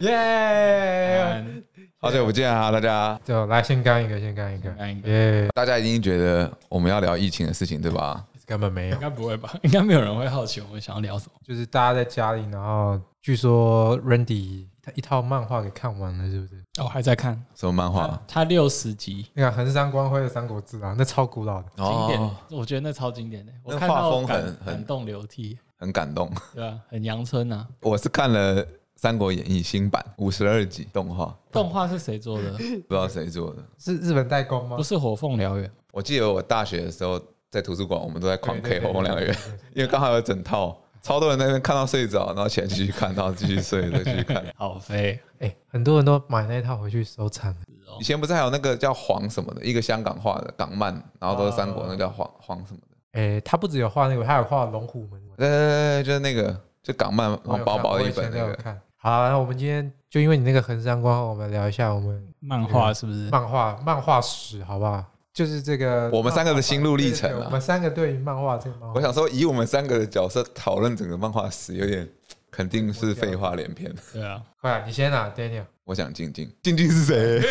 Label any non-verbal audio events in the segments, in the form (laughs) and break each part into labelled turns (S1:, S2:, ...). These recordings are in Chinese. S1: 哎
S2: 耶！
S3: 嗯
S2: 好久不见啊，大家！
S3: 就来先干一个，先干一个，
S1: 干一个
S3: 耶！
S2: 大家已经觉得我们要聊疫情的事情，对吧？
S3: 根本没有
S1: 应，该不会吧？ (laughs) 应该没有人会好奇我们想要聊什么。
S3: 就是大家在家里，然后据说 Randy 他一套漫画给看完了，是不是？
S1: 哦，还在看
S2: 什么漫
S1: 他
S2: 画？
S1: 他六十集，
S3: 那个横山光辉的《三国志》啊，那超古老的，
S1: 经典
S2: 哦，，
S1: 我觉得那超经典的，我
S2: 那
S1: 看
S2: 画
S1: 到
S2: 风
S1: 感
S2: 很很
S1: 感动流涕，
S2: 很感动。 (laughs)
S1: 对吧？很阳春啊。
S2: 我是看了《三国演义》新版五十二集动画，
S1: 动画是谁做的？
S2: 不知道谁做的。
S3: 是日本代工吗
S1: 不？是火凤燎原，
S2: 我记得我大学的时候在图书馆，我们都在狂
S3: 对
S2: K
S3: 对
S2: 《火凤燎原》，因为刚好有整套，超多人在那边看到睡着，然后起来继续看，然后继续睡，再继
S3: (laughs)
S2: 续看。
S1: 好飞
S3: 哎，很多人都买那一套回去收藏，
S2: 以前不是还有那个叫黄什么的，一个香港画的港漫，然后都是三国
S3: 哦
S2: 那叫黄黄什么的，
S3: 哎，他不只有画那个，还有画龙虎门，
S2: 对对对，就是那个就港漫，然
S3: 哦我有
S2: 后
S3: 看
S2: 哦薄薄的
S3: 我
S2: 一
S3: 以前
S2: 本
S3: 都
S2: 那
S3: 有
S2: 个。
S3: 看。好啊，那我们今天就因为你那个横山光辉，我们聊一下我们
S1: 漫画是不是？
S3: 漫画漫画史，好不好？就是这个
S2: 我们三个的心路历程啊
S3: 对对对我们三个对于漫画这个漫
S2: 我
S3: 画，
S2: 想说，以我们三个的角色讨论整个漫画史，有点肯定是废话连篇。 (laughs)
S1: 对啊，
S3: 快啊，你先啊，Daniel，
S2: 我想静静，静静是谁？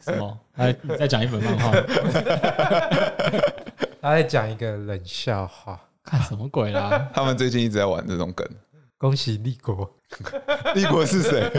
S1: 什么？哎，你再讲一本漫画，
S3: 他在讲一个冷笑话。
S1: 看什么鬼啦？
S2: 他们最近一直在玩这种梗。
S3: 恭喜立国！
S2: 立国是谁？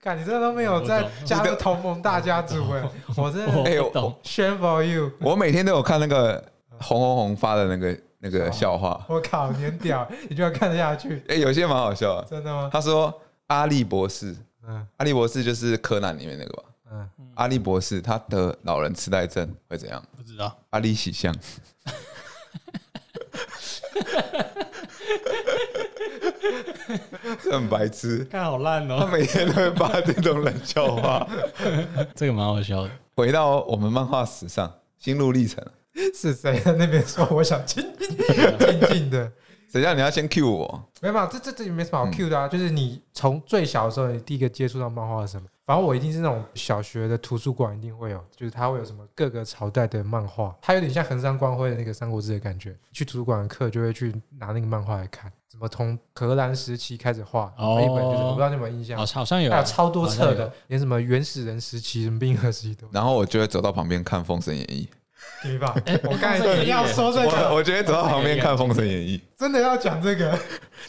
S3: 看你这都没有在加入同盟大家族哎，我真
S1: 我
S3: 的
S2: (laughs) 哎呦
S1: 不懂，
S3: shame for you！
S2: 我每天都有看那个红红红发的那个那个笑话，
S3: 我靠，你很屌，你居然看得下去，
S2: 哎、有些蛮好笑的。
S3: 真的吗？
S2: 他说阿笠博士，
S3: 嗯
S2: 阿笠博士就是柯南里面那个吧？
S3: 嗯，
S2: 阿笠博士他得老人痴呆症会怎样？
S1: 不知道。
S2: 阿笠喜相， (laughs) 这很白痴。
S1: 看好烂
S2: 他 (laughs)
S1: 哦，
S2: 每天都会发这种冷笑话。
S1: 这个蛮好笑的。
S2: 回到我们漫画史上心路历程，
S3: 是谁在那边说我想静静静静的？
S2: 谁叫你要先 cue 我？
S3: 没有，这这这里没什
S1: 嗯
S3: 么好 Q 的啊。就是你从最小的时候，你第一个接触到漫画是什么？反正我一定是那种小学的图书馆一定会有，就是它会有什么各个朝代的漫画，它有点像横山光辉的那个《三国志》的感觉。去图书馆的课就会去拿那个漫画来看，什么从荷兰时期开始画，
S1: 哦
S3: 一本就是我不知道你有没有印象
S1: 好，，好像有
S3: 还
S1: 啊
S3: 有超多册
S1: 好像有
S3: 的，连什么原始人时期、什么冰河时期都有。 (laughs)
S2: 然后我就会走到旁边看《封神演义
S3: 对吧？
S1: 哎
S3: 我刚才真的要说这》
S2: 我哎
S3: 个，
S2: 我觉得走到旁边看《封神演义
S3: 真的要讲这个，》，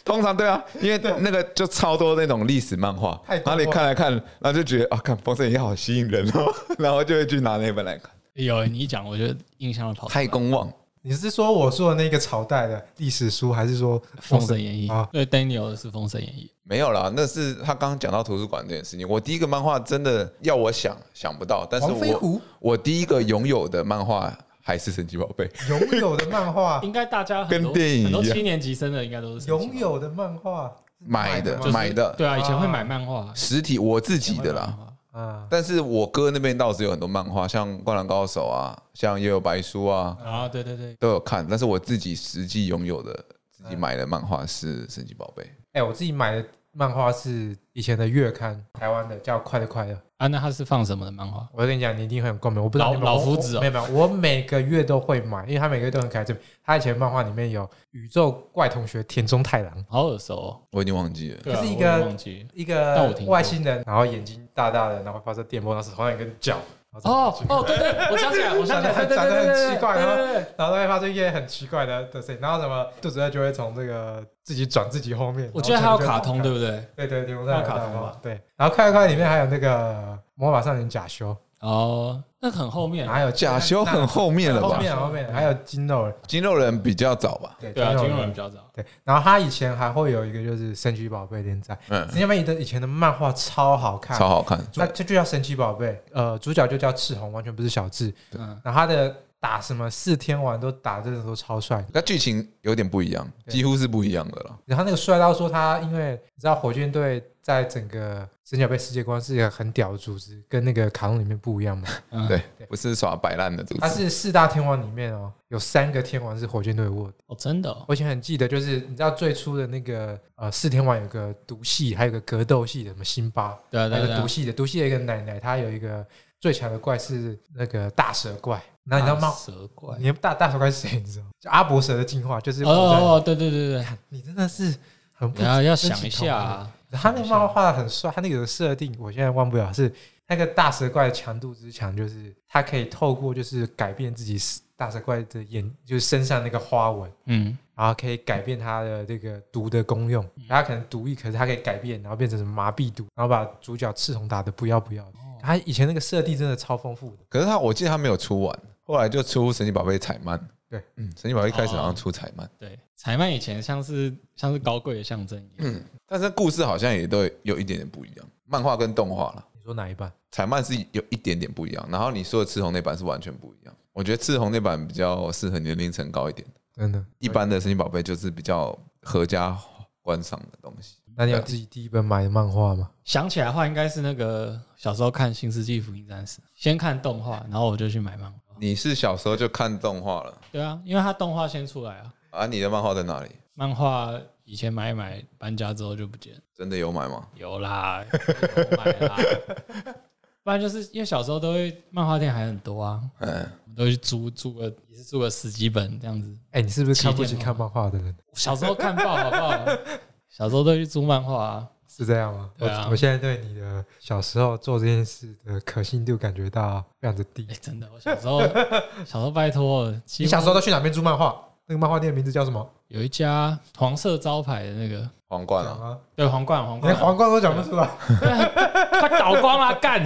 S2: 通常对啊，因为那个就超多那种历史漫画，
S3: 太
S2: 然
S3: 多
S2: 后
S3: 了
S2: 你看来看，然后就觉得啊，看《封神演义》好吸引人哦，然后就会去拿那本来看。
S1: 有你一讲，我觉得印象的跑出来
S2: 太公望，
S3: 你是说我说的那个朝代的历史书，还是说
S1: 《封神演义
S3: 啊》
S1: 对，Daniel 的是《封神演义
S2: 没有啦，那是他刚刚讲到图书馆这件事情。我第一个漫画真的要我想想不到，但是
S3: 黄飞
S2: 我
S3: 虎
S2: 我第一个拥有的漫画还是神奇宝
S3: (laughs)
S2: 贝。
S3: 拥有的漫画》，
S1: 应该大家很
S2: 跟
S1: 多
S2: 电影一
S1: 很
S2: 样
S1: 多七年级生的应该都是神奇
S3: 拥有的漫画
S2: 买的
S1: 就是
S2: 买的
S1: 对啊，以前会
S3: 啊
S1: 买漫画，
S2: 实体我自己的
S1: 以前
S2: 啦
S1: 会买。漫画。
S3: 啊，
S2: 但是我哥那边倒是有很多漫画，像《灌篮高手》啊，像《也有白书》啊，
S1: 啊，对对对，
S2: 都有看。但是我自己实际拥有的、自
S3: 嗯
S2: 己买的漫画是《神奇宝贝》。
S3: 哎、我自己买的漫画是以前的月刊，台湾的叫《快乐快乐》。
S1: 啊，那他是放什么的漫画？
S3: 我跟你讲，你一定会很共鸣。我不知道你
S1: 老
S3: 有没有
S1: 老夫子哦
S3: 我没有没有，我每个月都会买，因为他每个月都很开心。他以前漫画里面有宇宙怪同学田中太郎，
S1: 好耳熟哦，
S2: 我已经忘记了。
S1: 对啊
S3: 是一
S1: 我也
S3: 个
S1: 忘记了
S3: 一
S1: 但我
S3: 个
S1: 听过
S3: 外星人，然后眼睛大大的，然后发射电波，然后手上有一根脚。然后
S1: 哦哦，对对，我想起来，我想起 (laughs) 来，对对
S3: 长
S1: 对
S3: 得
S1: 对
S3: 很
S1: 对，
S3: 奇怪
S1: 对
S3: 然后
S1: 对对对
S3: 然后都会发出一些很奇怪的的声音，然后什么肚子饿就会从这个自己转自己后面。
S1: 我觉得还有
S3: 然后
S1: 卡
S3: 就会
S1: 通，对不对？
S3: 对对，田中
S1: 还
S3: 太
S1: 有卡
S3: 郎
S1: 通吧
S3: 对，然后快快里面还有那个魔法少年假修，
S1: 哦，那很后面，
S3: 还有
S2: 假修很后面了
S3: 后
S2: 吧？
S3: 面后面还有金肉人，
S2: 金肉人比较早吧？
S3: 对
S1: 对啊，金
S3: 肉
S1: 融人比较早，
S3: 对，然后他以前还会有一个就是神奇宝贝连载，
S2: 嗯，
S3: 神奇宝贝的以前的漫画超好看，
S2: 超好看。
S3: 那这就叫神奇宝贝，呃，主角就叫赤红，完全不是小智，
S1: 嗯，
S3: 然后他的打什么四天王都打真的都超帅的，
S2: 那剧情有点不一样，
S3: 对
S2: 几乎是不一样的了。
S3: 然后那个帅到说他，因为你知道火箭队在整个神奇宝贝世界观是一个很屌的组织，跟那个卡通里面不一样嘛。
S1: 嗯
S2: 对，不是耍摆烂的组
S3: 它
S2: 织。
S3: 是四大天王里面哦，有三个天王是火箭队的卧底。
S1: 哦，真的哦，
S3: 我以前很记得，就是你知道最初的那个呃四天王有个毒系，还有个格斗系的什么辛巴，
S1: 对
S3: 还
S1: 啊对
S3: 有个
S1: 啊对啊
S3: 毒，系的毒系的一个奶奶，她有一个最强的怪是那个大蛇怪。那你知道
S1: 大
S3: 吗？
S1: 蛇怪，
S3: 你大大蛇怪是谁？你知道吗？就阿伯蛇的进化，就是
S1: 哦
S3: 我在
S1: 哦，哦对对对对，
S3: 你真的是很不
S1: 然后要
S3: 真
S1: 想
S3: 情
S1: 一
S3: 同
S1: 下
S3: 理
S1: 啊，
S3: 他那个漫画画的很帅，他那个有设定我现在忘不了，是那个大蛇怪的强度之强，就是它可以透过就是改变自己大蛇怪的眼，就是身上那个花纹，
S1: 嗯，
S3: 然后可以改变它的这个毒的功用。它可能毒液，可是它可以改变，然后变成什么麻痹毒，然后把主角赤瞳打的不要不要的。他以前那个设定真的超丰富的，
S2: 可是他，我记得他没有出完，后来就出神奇宝贝彩漫。
S3: 对，
S2: 嗯，神奇宝贝一开始好像出彩漫，
S1: 对，彩漫以前像是像是高贵的象征一样，
S3: 哦
S2: 但是故事好像也都有一点点不一样，漫画跟动画了。
S3: 你说哪一版？
S2: 彩漫是有一点点不一样，然后你说的赤红那版是完全不一样。我觉得赤红那版比较适合年龄层高一点，
S3: 真的？
S2: 一般的神奇宝贝就是比较合家观赏的东西。
S3: 那你有自己第一本买的漫画吗？
S1: 想起来的话，应该是那个小时候看《新世纪福音战士》，先看动画，然后我就去买漫画。
S2: 你是小时候就看动画了
S1: 对啊，因为它动画先出来啊，
S2: 啊？你的漫画在哪里？
S1: 漫画以前买一买，搬家之后就不见了。
S2: 真的有买吗？
S1: 有啦，有买啦。不然就是因为小时候都会漫画店还很多啊，
S2: 嗯，
S1: 我们都会去租租个也是租个十几本这样子。
S3: 哎、你是不是看不起
S1: 起点
S3: 看漫画的人？
S1: 小时候看报好不好？ (laughs) 小时候都去租漫画啊，
S3: 是这样吗？
S1: 对啊
S3: 我我现在对你的小时候做这件事的可信度感觉到非常的低
S1: 哎、。真的，我小时候小时候拜托，
S3: 你
S1: 你
S3: 小时候都去哪边租漫画？那个漫画店的名字叫什么？
S1: 有一家黄色招牌的那个，
S2: 皇冠
S3: 讲
S2: 啊，
S3: 啊，
S1: 对，皇冠皇
S3: 连
S1: 冠，
S3: 皇冠都讲不出来。
S1: 快倒光啦，干！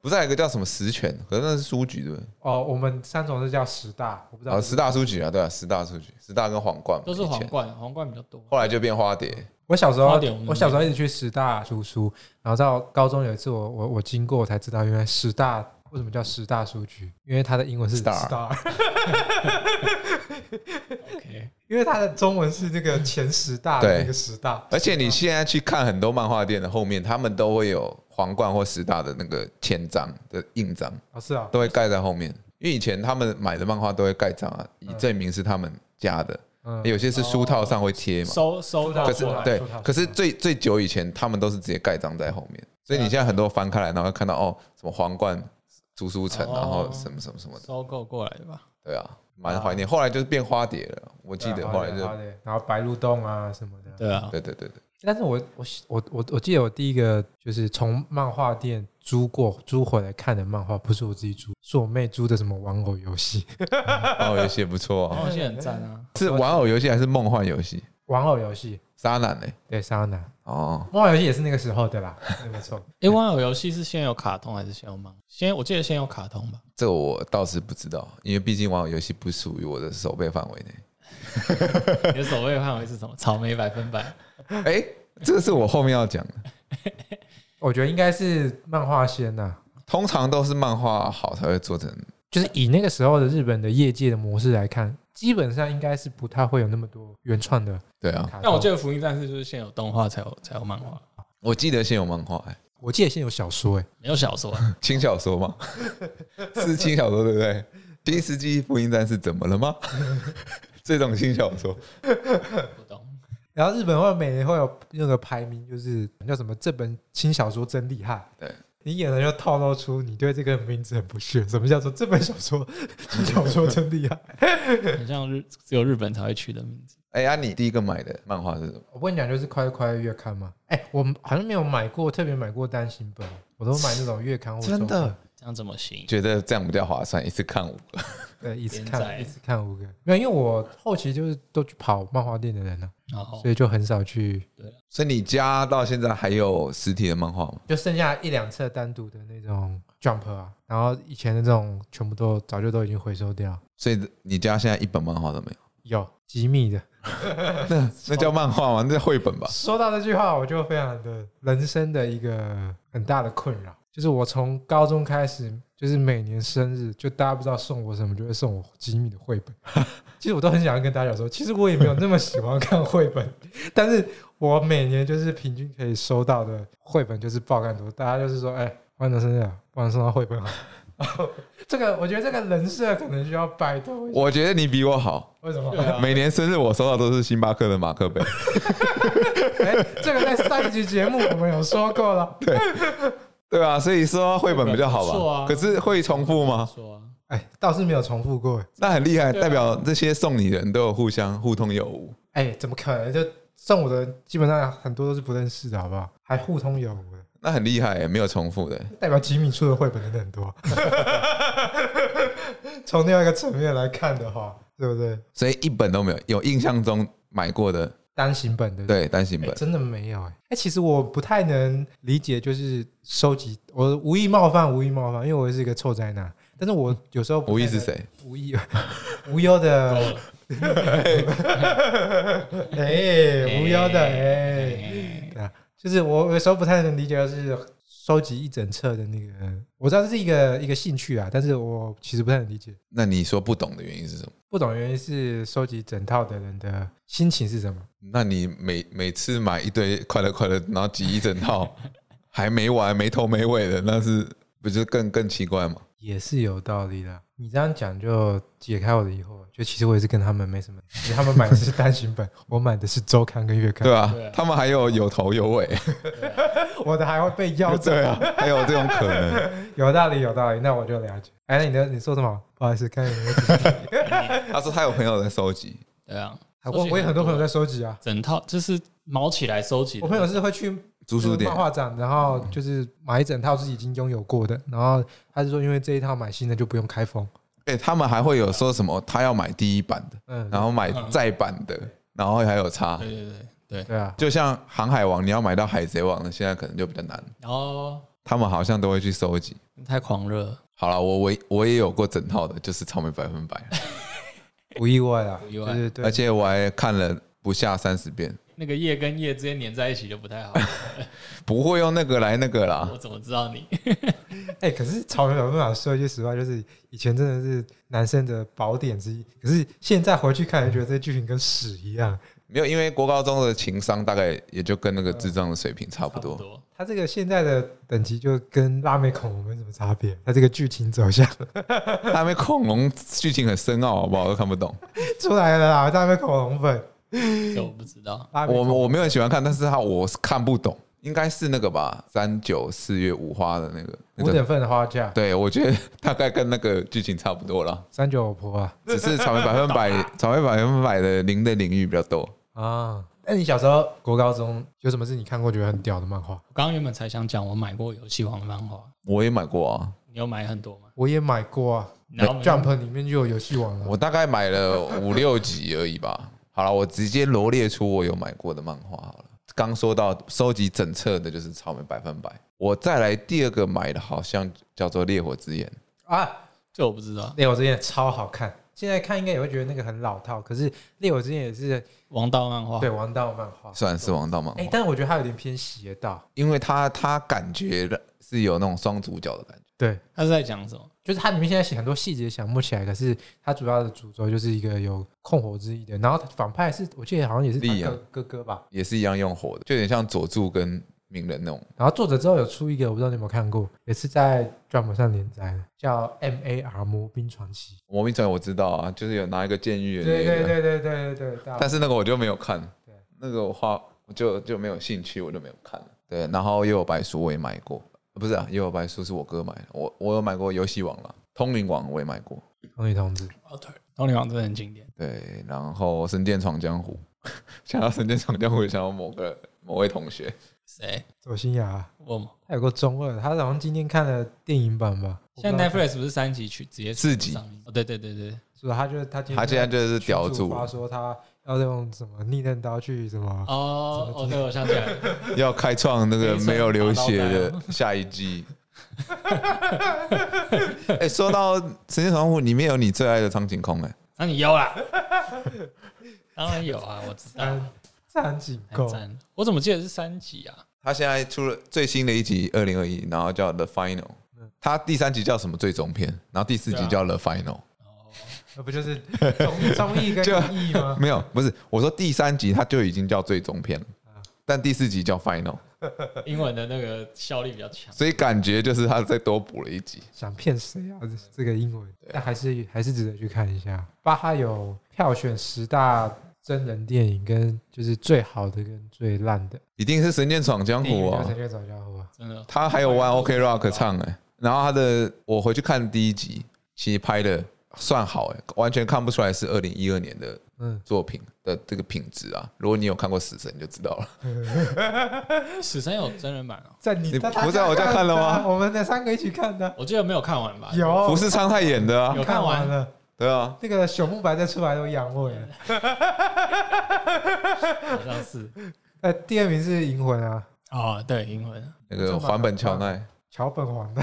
S2: 不是还有一个叫什么十全？可是那是书局对不对？
S3: 哦，我们三重是叫十大，我不知道
S2: 啊，。十大书局啊，对啊，十大书局，十大跟皇冠嘛
S1: 都是皇
S2: 以前
S1: 冠，皇冠比较多。
S2: 后来就变花蝶，
S3: 我小时候
S1: 花莲我们，
S3: 我小时候一直去十大读书，然后到高中有一次我，我我经过，我才知道原来十大为什么叫十大书局，因为它的英文是
S2: Star
S3: star，
S1: OK，
S3: 因为它的中文是那个前十大的
S2: 对
S3: 那个十大。
S2: 而且你现在去看很多漫画店的后面，他们都会有皇冠或十大的那个签章的印章，
S3: 哦，是啊，
S2: 都会盖在后面。因为以前他们买的漫画都会盖章啊，以
S3: 嗯
S2: 证明是他们家的。
S3: 嗯，
S2: 有些是书套上会贴嘛，
S1: 收收到
S2: 可是
S1: 过来，
S2: 对
S3: 收套，
S2: 可是最最久以前他们都是直接盖章在后面，所以你现在很多翻开来，然后会看到哦，什么皇冠、图书城，
S1: 哦
S2: 然后什么什么什么的，
S1: 收购过来的吧？
S2: 对啊，蛮怀念。后来就是变花蝶了，我记得后来就
S3: 对啊花莲然后白鹿洞啊什么的。
S1: 对啊，
S2: (laughs) 对对对对，
S3: 但是我我我我我记得我第一个就是从漫画店租过租回来看的漫画，不是我自己租，是我妹租的什么玩偶游戏，
S2: 玩偶游戏也不错
S1: 然
S2: 啊，
S1: 后现在很赞啊，
S2: 是玩偶游戏还是梦幻游戏？
S3: (laughs) 玩偶游戏
S2: 沙男呢？
S3: 对沙男，
S2: 哦，
S3: 玩偶游戏也是那个时候的啦， (laughs) 对没错。
S1: 哎，玩偶游戏是先有卡通还是先有漫？先我记得先有卡通吧。
S2: 这我倒是不知道，因为毕竟玩偶游戏不属于我的手背范围内。
S1: 你的守卫范围是什么？草莓百分百。
S2: 哎，这个是我后面要讲的。
S3: 我觉得应该是漫画先呐、
S2: 通常都是漫画好才会做成，
S3: 就是以那个时候的日本的业界的模式来看，基本上应该是不太会有那么多原创的
S2: 对啊，
S3: 卡通。
S1: 但我记得《福音战士》就是先有动画才有才有漫画，
S2: 我记得先有漫画、哎
S3: 我记得先有小说、欸，
S1: 没有小说啊。
S2: (laughs) 轻小
S3: (laughs)
S2: 说嘛，是轻小说对不对？新世纪福音战士怎么了吗？ (laughs) 这种轻小说，
S1: 不懂。
S3: 然后日本会每年会有那个排名，就是叫什么这本轻小说真厉害。
S2: 对，
S3: 你演的就透露出你对这个名字很不屑。什么叫做这本小说 (laughs) 轻小说真厉害？
S1: 很像日只有日本才会取的名字。
S2: 哎、呀、你第一个买的漫画是什么？
S3: (laughs) 我跟你讲，就是快快月刊嘛。哎，我好像没有买过，特别买过单行本，我都买那种月刊或
S2: 真
S3: 周刊
S2: 的，
S1: 这样怎么行？
S2: 觉得这样比较划算，一次看五个。
S3: 对，一次
S1: 连载
S3: 看一次看五个。没有，因为我后期就是都去跑漫画店的人了、
S1: 然
S2: 哦
S1: 后
S3: 所以就很少去，
S2: 所以你家到现在还有实体的漫画吗？
S3: 就剩下一两册单独的那种 Jump 啊，然后以前的这种全部都早就都已经回收掉。
S2: 所以你家现在一本漫画都没有？
S3: 有机密的。
S2: 那那叫漫画吗？那叫绘本吧？
S3: 说到这句话，我就非常的人生的一个很大的困扰，就是我从高中开始，就是每年生日，就大家不知道送我什么，就会送我机密的绘本。其实我都很想要跟大家讲说，其实我也没有那么喜欢看绘本，但是我每年就是平均可以收到的绘本就是爆干多，大家就是说，哎，万能生日啊，帮我送到绘本啊。 (laughs) 这个我觉得这个人设可能需要摆脱一下，
S2: 我觉得你比我好。
S3: 为什么？ (laughs)
S1: 对啊，
S2: 每年生日我收到都是星巴克的马克杯，
S3: 哎，这个在上一集节目我们有说过了。
S2: 对吧、所以说绘本比较好
S1: 不错啊
S2: 吧？可是会重复吗？
S1: 说啊，
S3: 哎，倒是没有重复过。
S2: 那很厉害，
S1: 对啊
S2: 代表这些送你的人都有互相互通有无。
S3: 哎，怎么可能？就送我的基本上很多都是不认识的，好不好？还互通有无的，
S2: 那很厉害耶，没有重复的。
S3: 代表吉米出的绘本真的很多。 (laughs) 从另外一个层面来看的话，对不对？
S2: 所以一本都没有，有印象中买过的，
S3: 单行本的，
S2: 对，单行
S3: 哎
S2: 本，
S3: 真的没有哎、哎、其实我不太能理解，就是收集，我无意冒犯，无意冒犯，因为我是一个臭宅男，但是我有时候不
S2: 无意
S3: 太
S2: 是
S3: 能？
S2: 谁？
S3: 无意，无忧的， (laughs) 哎、无忧的，哎、啊就是我有时候不太能理解，就是收集一整册的那个，我知道这是一个一个兴趣啊，但是我其实不太能理解。
S2: 那你说不懂的原因是什么？
S3: 不懂的原因是收集整套的人的心情是什么？
S2: 那你每每次买一堆快乐快乐，然后集一整套，还没完，没头没尾的，那是不就更更奇怪吗？
S3: 也是有道理的。你这样讲就解开我的疑惑，就其实我也是跟他们没什么，因为他们买的是单行本，我买的是周刊跟月刊
S2: 对，吧、
S1: 对啊
S2: 他们还有有头有尾，
S3: 我的还会被要走。
S2: 对啊，还有这种可能。
S3: 有道理，有道理，那我就了解。哎，那你的你说什么？不好意思，刚
S2: (laughs)
S3: 才有没有
S2: 他说他有朋友在收集，
S1: 对啊，
S3: 哎我我有很多朋友在收集啊，
S1: 整套就是毛起来收集的。
S3: 我朋友是会去
S2: 租书店
S3: 漫，画展，然后就是买一整套自己已经拥有过的，然后他是说因为这一套买新的就不用开封，
S2: 哎、他们还会有说什么他要买第一版的，
S3: 嗯，
S2: 然后买再版的，然后还有差。
S1: 对对对对，
S3: 对啊，
S2: 就像《航海王》，你要买到《海贼王》的，现在可能就比较难。
S1: 然后
S2: 他们好像都会去收集。
S1: 太狂热了，
S2: 好了，我我我也有过整套的，就是草莓百分百，啊
S3: 不意外啊，
S1: 不意外
S3: 对对
S2: 而
S3: 对，
S2: 且我还看了不下三十遍。
S1: 那个叶跟叶之间粘在一起就不太好。
S2: 不会用那个来那个啦
S1: 我，怎么知道你？
S3: 哎，可是草莓没办法说一句实话，就是以前真的是男生的宝典之一，可是现在回去看，就觉得这剧情跟屎一样。
S2: 没有，因为国高中的情商大概也就跟那个智障的水平差不多。
S1: 多。
S3: 他这个现在的等级就跟辣妹恐龙没什么差别，他这个剧情走向 (laughs)
S2: 他们恐龙剧情很深奥，好不好？都看不 (laughs) 懂。
S3: 出来了啦，辣妹恐龙粉，
S1: 这我不知道。
S3: 辣妹
S2: 我
S3: 恐
S2: 我没有很喜欢看，但是他我是看不懂，应该是那个吧，三九四月五花的那个那
S3: 五
S2: 个。
S3: 等份的花嫁，
S2: 对，我觉得大概跟那个剧情差不多啦，
S3: 三九婆啊
S2: 只是草莓百分 (laughs) 百，草莓百分百的零的领域比较多。
S3: 啊！那你小时候国高中有什么是你看过觉得很屌的漫画？
S1: 我刚刚原本才想讲，我买过游戏王的漫画，
S2: 我也买过啊，
S1: 你有买很多吗？
S3: 我也买过啊
S1: 然后
S3: ，Jump 里面就有游戏王啊了。
S2: 我大概买了五六集而已吧。好了，我直接罗列出我有买过的漫画好了。刚说到收集整册的就是《草莓百分百》，我再来第二个买的好像叫做《烈火之眼
S3: 啊，
S1: 这我不知道。
S3: 烈火之剑超好看，现在看应该也会觉得那个很老套，可是烈火之剑也是
S1: 王道漫画，
S3: 对王道漫画》，，
S2: 算是王道漫画
S3: 哎，，但是我觉得它有点偏邪道，
S2: 因为它它感觉是有那种双主角的感觉。
S3: 对。
S1: 他是在讲什么？
S3: 就是它里面现在写很多细节想不起来，可是它主要的主轴就是一个有控火之意的，然后反派是我记得好像也是他
S2: 力啊
S3: 哥哥哥吧，
S2: 也是一样用火的，就有点像佐助跟鸣人那种。
S3: 然后作者之后有出一个我不知道你有没有看过，也是在 Jump 上连载的，叫《M A R 魔兵传奇》。
S2: 魔命传我知道啊，就是有拿一个监狱的那
S3: 对对
S2: 个
S3: 对对对对对，大
S2: 但是那个我就没有看
S3: 对，
S2: 那个我画我就就没有兴趣，我就没有看了。对，然后又有白书我也买过，呃不是啊，又有白书是我哥买的，我我有买过游戏王啦，通灵王我也买过，
S3: 同女同志，
S1: 哦，对，通灵王真的很经典。
S2: 对，然后神剑闯江湖， (laughs) 想到神剑闯江湖，想到某个某位同学，
S1: 谁？
S3: 左心雅，
S1: 我吗？
S3: 他有个中二，他好像今天看了电影版吧？
S1: 现在 Netflix 不是三集去直接
S2: 四集
S1: 上映哦，对对对对，
S3: 是吧？他就是他今天
S2: 他现在就是屌
S3: 群
S2: 住
S3: 发，说他要用什么逆刃刀去什么
S1: 哦哦，对，我想起来了，
S2: 要开创那个
S1: 黑色
S2: 没有流
S1: 大
S2: 血
S1: 刀
S2: 的下一季。 (laughs) 哎、说到《神剑闯江湖》，里面有你最爱的苍井空哎、
S1: 那你有啦？ (laughs) 当然有啊，我知道，
S3: 三三井
S1: 很
S3: 够。
S1: 赞。我怎么记得是三集啊？
S2: 他现在出了最新的一集二零二一，然后叫 The Final
S3: 嗯。
S2: 他第三集叫什么最终篇，然后第四集叫 The Final。
S1: 哦，
S3: 那不就是综综艺跟
S2: 就
S3: 艺吗？
S2: 没有，不是我说第三集他就已经叫最终篇了
S3: 啊，
S2: 但第四集叫 Final，
S1: 英文的那个效力比较强。
S2: 所以感觉就是他再多补了一集。
S3: 想骗谁啊？这这个英文，
S2: 啊
S3: 但还是还是值得去看一下。巴哈有票选十大真人电影，跟就是最好的跟最烂的。
S2: 一定是《神剑闯江湖》
S3: 我
S2: 啊
S3: 陈，月找家伙啊，
S1: 真的，
S2: 欸他还有玩 OK Rock 唱哎、然后他的我回去看第一集，其实拍的算好哎、完全看不出来是二零一二年的
S3: 嗯，
S2: 作品的这个品质啊。如果你有看过《死神》，你就知道了。
S1: 死神有真人版哦，
S3: 在你
S2: 你
S3: 在他
S2: 不在我家看了吗哎
S3: 的我们那三个一起看的，
S1: 我记得没有看完吧？
S3: 有
S2: 不是昌泰演的啊，
S1: 有
S3: 看
S1: 看完
S3: 了，
S2: 对啊，
S3: 那个朽木白再出来都阳 (laughs) 痿了。
S1: 好像是
S3: 呃，第二名是银魂啊，
S1: 哦，对，银魂
S2: 那个环本乔奈， (laughs)
S3: 桥本环奈，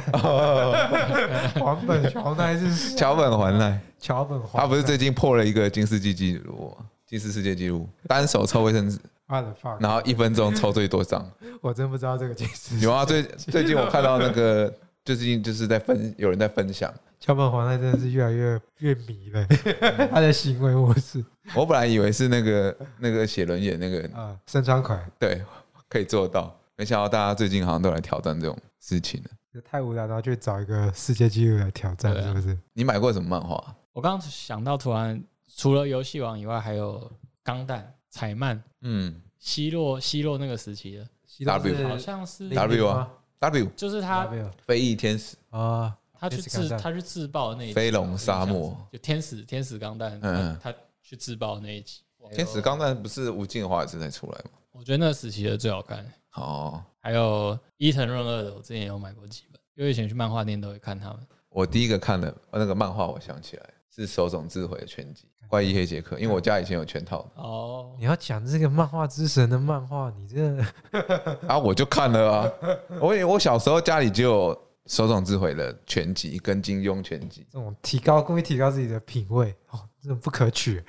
S3: 环本桥奈是
S2: 桥本环奈，
S3: 桥本环奈，
S2: 他不是最近破了一个金世纪纪录吗，金世世界纪录，单手抽卫生纸，
S3: 我的 fuck，
S2: 然后一分钟抽最多张。
S3: 我真不知道这个解释。
S2: 有啊，最最近我看到那个，最近就是在分，有人在分享。
S3: 桥本环奈真的是越来越越迷了，
S1: 嗯
S3: (laughs) 他的行为模式
S2: 我本来以为是那个那个写轮眼那个人，
S3: 啊，身穿款
S2: 对，可以做到，没想到大家最近好像都来挑战这种事情了。
S3: 太无聊，然后去找一个世界纪录来挑战，
S1: 对啊
S3: 是不是？
S2: 你买过什么漫画？啊
S1: 我刚刚想到，突然除了游戏王以外，还有钢弹、彩漫、
S2: 嗯
S1: 希洛、希洛那个时期的，
S3: 西多
S2: W
S3: 是
S1: 好像是
S2: 打 W 啊，W
S1: 就是他
S3: ，W
S2: 飞翼天使，
S3: 啊，
S1: 他去
S3: 天使钢
S1: 自
S3: 弹
S1: 他去自爆的那一集
S2: 飞龙沙漠，
S1: 就天使天使钢弹，
S2: 嗯
S1: 他他去自爆的那一集，
S2: 天使钢弹不是吴敬华也是才出来吗？
S1: 我觉得那个时期的最好看。
S2: 哦，
S1: 还有伊藤润二的，我之前也有买过几本，因为以前去漫画店都会看他们。
S2: 我第一个看的呃那个漫画，我想起来是手冢治慧的拳击《怪异黑杰克》，因为我家以前有全套的，
S1: 哦
S3: 你，要讲这个漫画之神的漫画，你这
S2: 啊，我就看了啊，我也我小时候家里就有手冢治慧的拳击跟金庸拳击，
S3: 这种提高故意提高自己的品味，哦，这种不可取。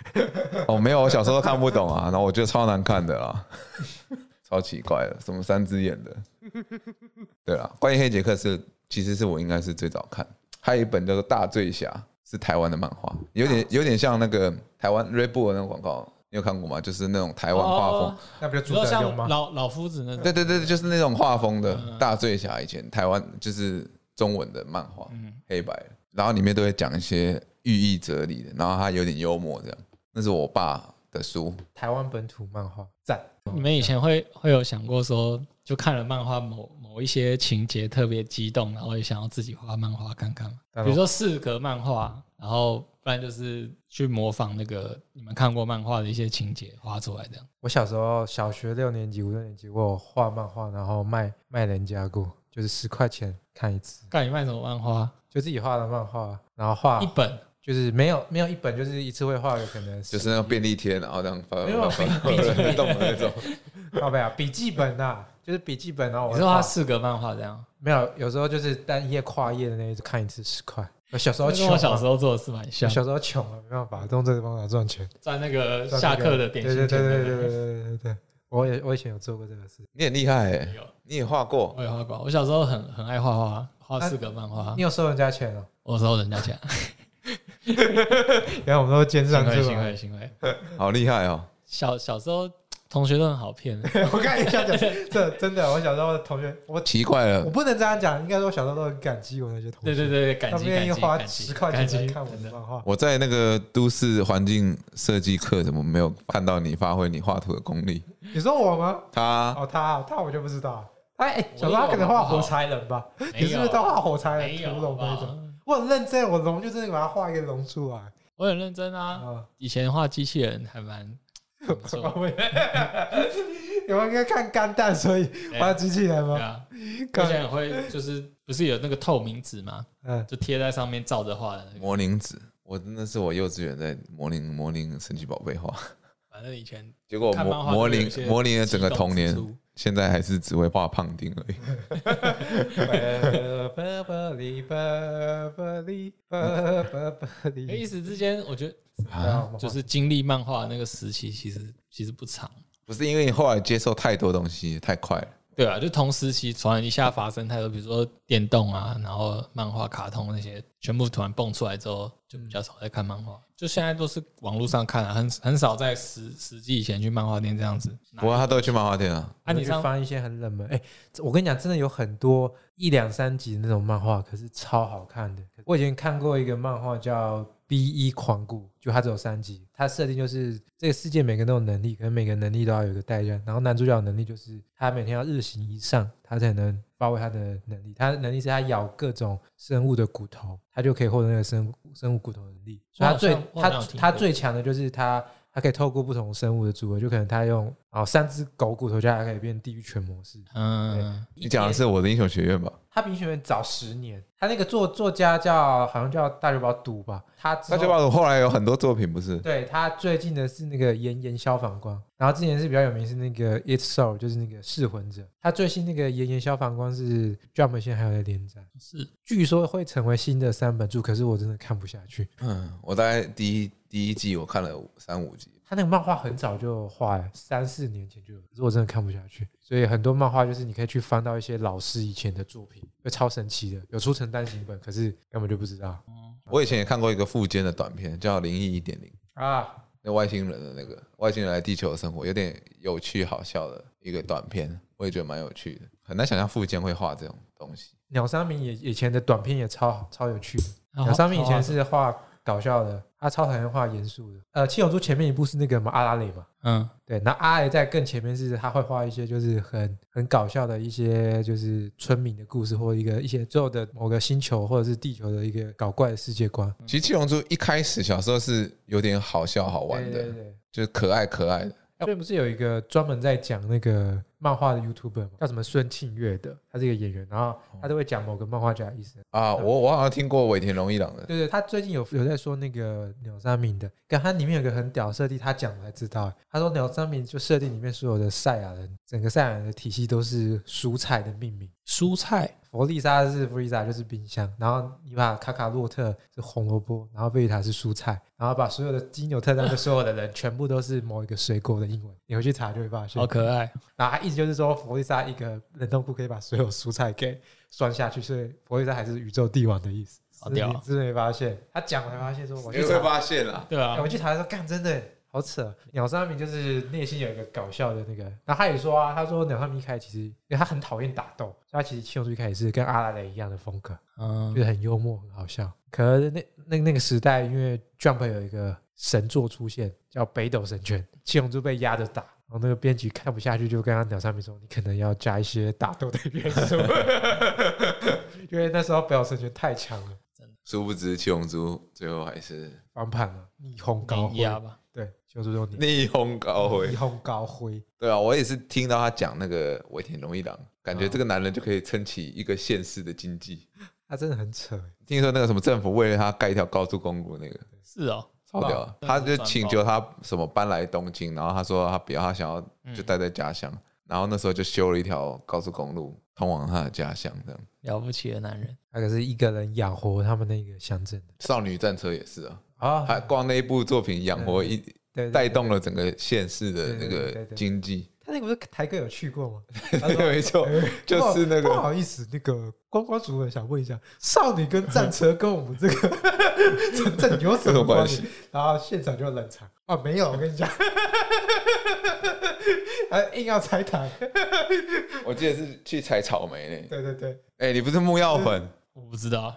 S2: 哦，没有，我小时候看不懂啊，然后我觉得超难看的啦， (laughs) 超奇怪的，什么三只眼的。对啦，关于黑杰克是，其实是我应该是最早看，还有一本叫做《大醉侠》，是台湾的漫画，有点有点像那个台湾 Red Bull 的那个广告，你有看过吗？就是那种台湾画风，
S1: 哦，
S3: 那不就
S1: 你说像？老老夫子那种，
S2: 对对对，就是那种画风的
S1: 嗯
S2: 《大醉侠》，以前台湾就是中文的漫画，
S1: 嗯，
S2: 黑白的，然后里面都会讲一些寓意哲理的，然后它有点幽默这样。那是我爸的书，
S3: 台湾本土漫画赞，
S1: 你们以前会会有想过说，就看了漫画某某一些情节特别激动，然后也想要自己画漫画看看吗？
S3: 当然
S1: 比如说四格漫画，然后不然就是去模仿那个你们看过漫画的一些情节画出来这样。
S3: 我小时候小学六年级、五六年级，我有画漫画，然后卖卖人家过，就是十块钱看一次，
S1: 看你卖什么漫画？
S3: 就自己画的漫画，然后画
S1: 一本
S3: 就是没有没有一本，就是一次会画有可能
S2: 就是那种便利贴，然后这样翻
S3: 没有
S2: 翻翻翻 (laughs) 动的那种。
S3: 靠背啊，笔记本啊，就是笔记本，然后我
S1: 你
S3: 会
S1: 是画四格漫画这样？
S3: 没有，有时候就是单页跨页的那一种，看一次十块。我小时候
S1: 这
S3: 穷啊，
S1: 跟我小时候做的是蛮
S3: 我
S1: 像，
S3: 小时候穷啊，没办法，用这个方法赚钱。
S1: 在那
S3: 赚
S1: 个
S3: 那个
S1: 下课的点心
S3: 对对对
S1: 前
S3: 对
S1: 面
S3: 对对对对对，我也我以前有做过这个事。
S2: 你很厉害、
S1: 没
S2: 欸，
S1: 有，
S2: 你也画过，
S1: 我也画过。我小时候很很爱画画，画四格漫画
S3: 你，有收人家钱哦？
S1: 我收人
S3: (laughs)
S1: 家钱，
S3: 然后我们都奸
S1: 行
S3: 商
S1: 贿
S3: 是
S1: 行
S3: 吧？
S1: 贿行贿。
S2: 好厉害哦！
S1: 小小时候同学都很好骗，
S3: 我看一下讲，这真的，我小时候的同学，我
S2: 奇怪
S3: 我
S2: 了，
S3: 不能这样讲，应该说我小时候都很感激我那些同
S1: 对
S3: 学，
S1: 对对，感
S3: 他们
S1: 激
S3: 愿
S1: 感
S3: 意
S1: 激
S3: 花
S1: 感
S3: 十
S1: 激
S3: 块
S1: 感
S3: 钱来，
S1: 激
S3: 看我
S1: 真
S3: 的
S1: 的
S3: 漫画。
S2: 我在那个都市环境设计课怎么没有看到你发挥你画图的功力？
S3: 你说我吗？
S2: 他
S3: 哦，他啊他我就不知道。他哎，
S1: 我
S3: 小时候他可能画
S1: 有好不
S3: 火
S1: 好
S3: 柴人吧？
S1: 没
S3: 你是不是
S1: 有啊
S3: 都画火柴人、
S1: 没有
S3: 屠龙那
S1: 好不
S3: 种？
S1: 好
S3: 我很认真，我龙就真的把它画一个龙出来
S1: 我很认真啊，
S3: 啊。
S1: 以前画机器人
S3: (laughs)
S1: 还蛮很不错，
S3: 我们应该看钢弹，所以
S1: 对
S3: 画机器人
S1: 对
S3: 吗？
S1: 啊，
S3: (laughs)
S1: 以前
S3: 钢
S1: 也会就是不是有那个透明纸吗？
S3: 嗯，
S1: 就贴在上面照着画的那个，
S2: 模拟纸，我那是我幼稚园在模拟模拟神奇宝贝画，
S1: 反正以前
S2: 结果我
S1: 看漫
S2: 模
S1: 画
S2: 哦模
S1: 都有
S2: 拟
S1: 一些
S2: 模拟了整个
S1: 激动
S2: 童
S1: 之
S2: 年，
S1: 处
S2: 现在还是只会画胖丁而已。
S3: 嗯
S1: 因为一时之间，我觉得
S2: 啊，
S1: 就是经历漫画那个时期，其实其实不长。
S2: 不是因为你后来接受太多东西太快了，
S1: 对啊，就同时期突然一下发生太多，比如说电动啊，然后漫画、卡通那些，全部突然蹦出来之后，就比较少在看漫画。就现在都是网络上看啊，很很少在实实际以前去漫画店这样子。
S2: 不过他都会去漫画店啊。
S1: 啊，
S3: 你
S1: 你
S3: 去
S1: 上
S3: 翻一些很冷门，哎、这我跟你讲，真的有很多一两三集的那种漫画，可是超好看的。我以前看过一个漫画叫《B 一狂骨》，就它只有三集，它设定就是这个世界每个人都有能力，可能每个能力都要有一个代价，然后男主角的能力就是他每天要日行一善，他才能发挥他的能力。他的能力是他咬各种生物的骨头，他就可以获得那个生物生物骨头的能力。所以他最
S1: 我好像
S3: 他
S1: 我好像有听过
S3: 他最强的就是他。他可以透过不同生物的组合，就可能他用哦三只狗骨头，加起来可以变地狱犬模式。
S1: 嗯，
S2: 你讲的是我的英雄学院吧？
S1: 哦
S3: 他比英雄人早十年，他那个作作家叫好像叫大久保笃吧，他之
S2: 那
S3: 后
S2: 就把我后来有很多作品不是？
S3: 对他最近的是那个炎炎消防光，然后之前是比较有名是那个 It's Soul，就是那个噬魂者。他最新那个炎炎消防光是 Jump 现在还有在连载，
S1: 是
S3: 据说会成为新的三本柱，可是我真的看不下去。
S2: 嗯，我大概第一第一季我看了五三五集，
S3: 他那个漫画很早就画了，三四年前就有，可是我真的看不下去。所以很多漫画就是你可以去翻到一些老师以前的作品，会超神奇的，有出成单行本，可是根本就不知道
S2: 我以前也看过一个附件的短片，叫《灵异一点零》，
S3: 啊。
S2: 那外星人的那个外星人来地球的生活，有点有趣好笑的一个短片，我也觉得蛮有趣的。很难想象附件会画这种东西。
S3: 鸟山明也以前的短片也超超有趣的。
S1: 然
S3: 小
S1: 后
S3: 三明以前是画搞笑的，他超讨厌画严肃的。呃，七龙珠前面一部是那个嘛阿拉蕾嘛，
S1: 嗯，
S3: 对，那阿拉蕾在更前面是他会画一些就是很很搞笑的一些就是村民的故事，或一个一些最后的某个星球或者是地球的一个搞怪的世界观。
S2: 其实七龙珠一开始小时候是有点好笑好玩
S3: 对
S2: 的，
S3: 对对。
S2: 就是可爱可爱的。
S3: 最近不是有一个专门在讲那个漫画的 YouTuber 吗？叫什么孙庆月的，他是一个演员，然后
S2: 哦
S3: 他都会讲某个漫画家的意思。
S2: 啊，我我好像听过尾田荣一郎的，
S3: 对对，他最近有有在说那个鸟山明的，但他里面有个很屌设定，他讲我才知道。欸他说鸟山明就设定里面所有的赛亚人，整个赛亚人的体系都是蔬菜的命名。
S1: 蔬菜
S3: 佛利萨是弗利萨就是冰箱，然后你把卡卡洛特是红萝卜，然后贝塔是蔬菜，然后把所有的金牛特战队所有的人全部都是某一个水果的英文，你回去查就会发现
S1: 好。可爱，
S3: 然后他意思就是说，佛利萨一个冷冻库可以把所有蔬菜给算下去，所以佛利萨还是宇宙帝王的意思。
S1: 好屌
S3: 是没发现，他讲我才发现说，我
S2: 你
S3: 去
S2: 会
S3: 查，
S2: 发现啦，
S1: 对啊
S3: 哎，我去查说，干真的好扯。鸟山明就是内心有一个搞笑的那个，然后他也说啊，他说鸟山明一开始其实，因为他很讨厌打斗，所以他其实七龙珠一开始是跟阿拉蕾一样的风格，
S1: 嗯
S3: 就是很幽默，很好笑。可是那那那个时代，因为 Jump 有一个神作出现，叫北斗神拳，七龙珠被压着打，然后那个编辑看不下去，就跟他鸟山明说：“你可能要加一些打斗的元素， (laughs) 因为那时候北斗神拳太强了，
S2: 殊不知七龙珠最后还是
S3: 翻盘了，逆红高
S1: 碾
S3: 辉，
S1: 压吧，
S3: 对，七龙珠中
S2: 逆风高
S3: 逆
S2: 飞。
S3: 红高辉，
S2: (laughs) 对啊，我也是听到他讲那个尾田荣一郎，感觉这个男人就可以撑起一个县市的经济。
S3: 他真的很扯。”欸
S2: 听说那个什么政府为了他盖一条高速公路，那个
S1: 是哦，
S2: 超屌的，
S1: 哇
S2: 他就请求他什么搬来东京，然后他说他不要，他想要
S1: 嗯
S2: 就待在家乡，然后那时候就修了一条高速公路通往他的家乡，这样。
S1: 了不起的男人，
S3: 他可是一个人养活他们那个乡镇的
S2: 少女战车也是啊，
S3: 啊，
S2: 他光那一部作品养活一
S3: 对对，对
S2: 带动了整个县市的那
S3: 对对
S2: 个
S3: 对对
S2: 经济，
S3: 他那个不是台哥有去过吗？
S2: (laughs) 没错，就是那
S3: 哎不好不
S2: 个
S3: 好意思，那个观光主任想问一下，少女跟战车跟我们这 (laughs) 个城镇有什
S2: 这
S3: 么
S2: 种
S3: 关
S2: 关
S3: 系
S2: 系？
S3: 然后现场就冷场啊，没有，我跟你讲， (laughs) 还硬要拆台，
S2: 我记得是去采草莓嘞。
S3: 对对对，
S2: 哎，你不是木曜粉？
S1: 我不知道，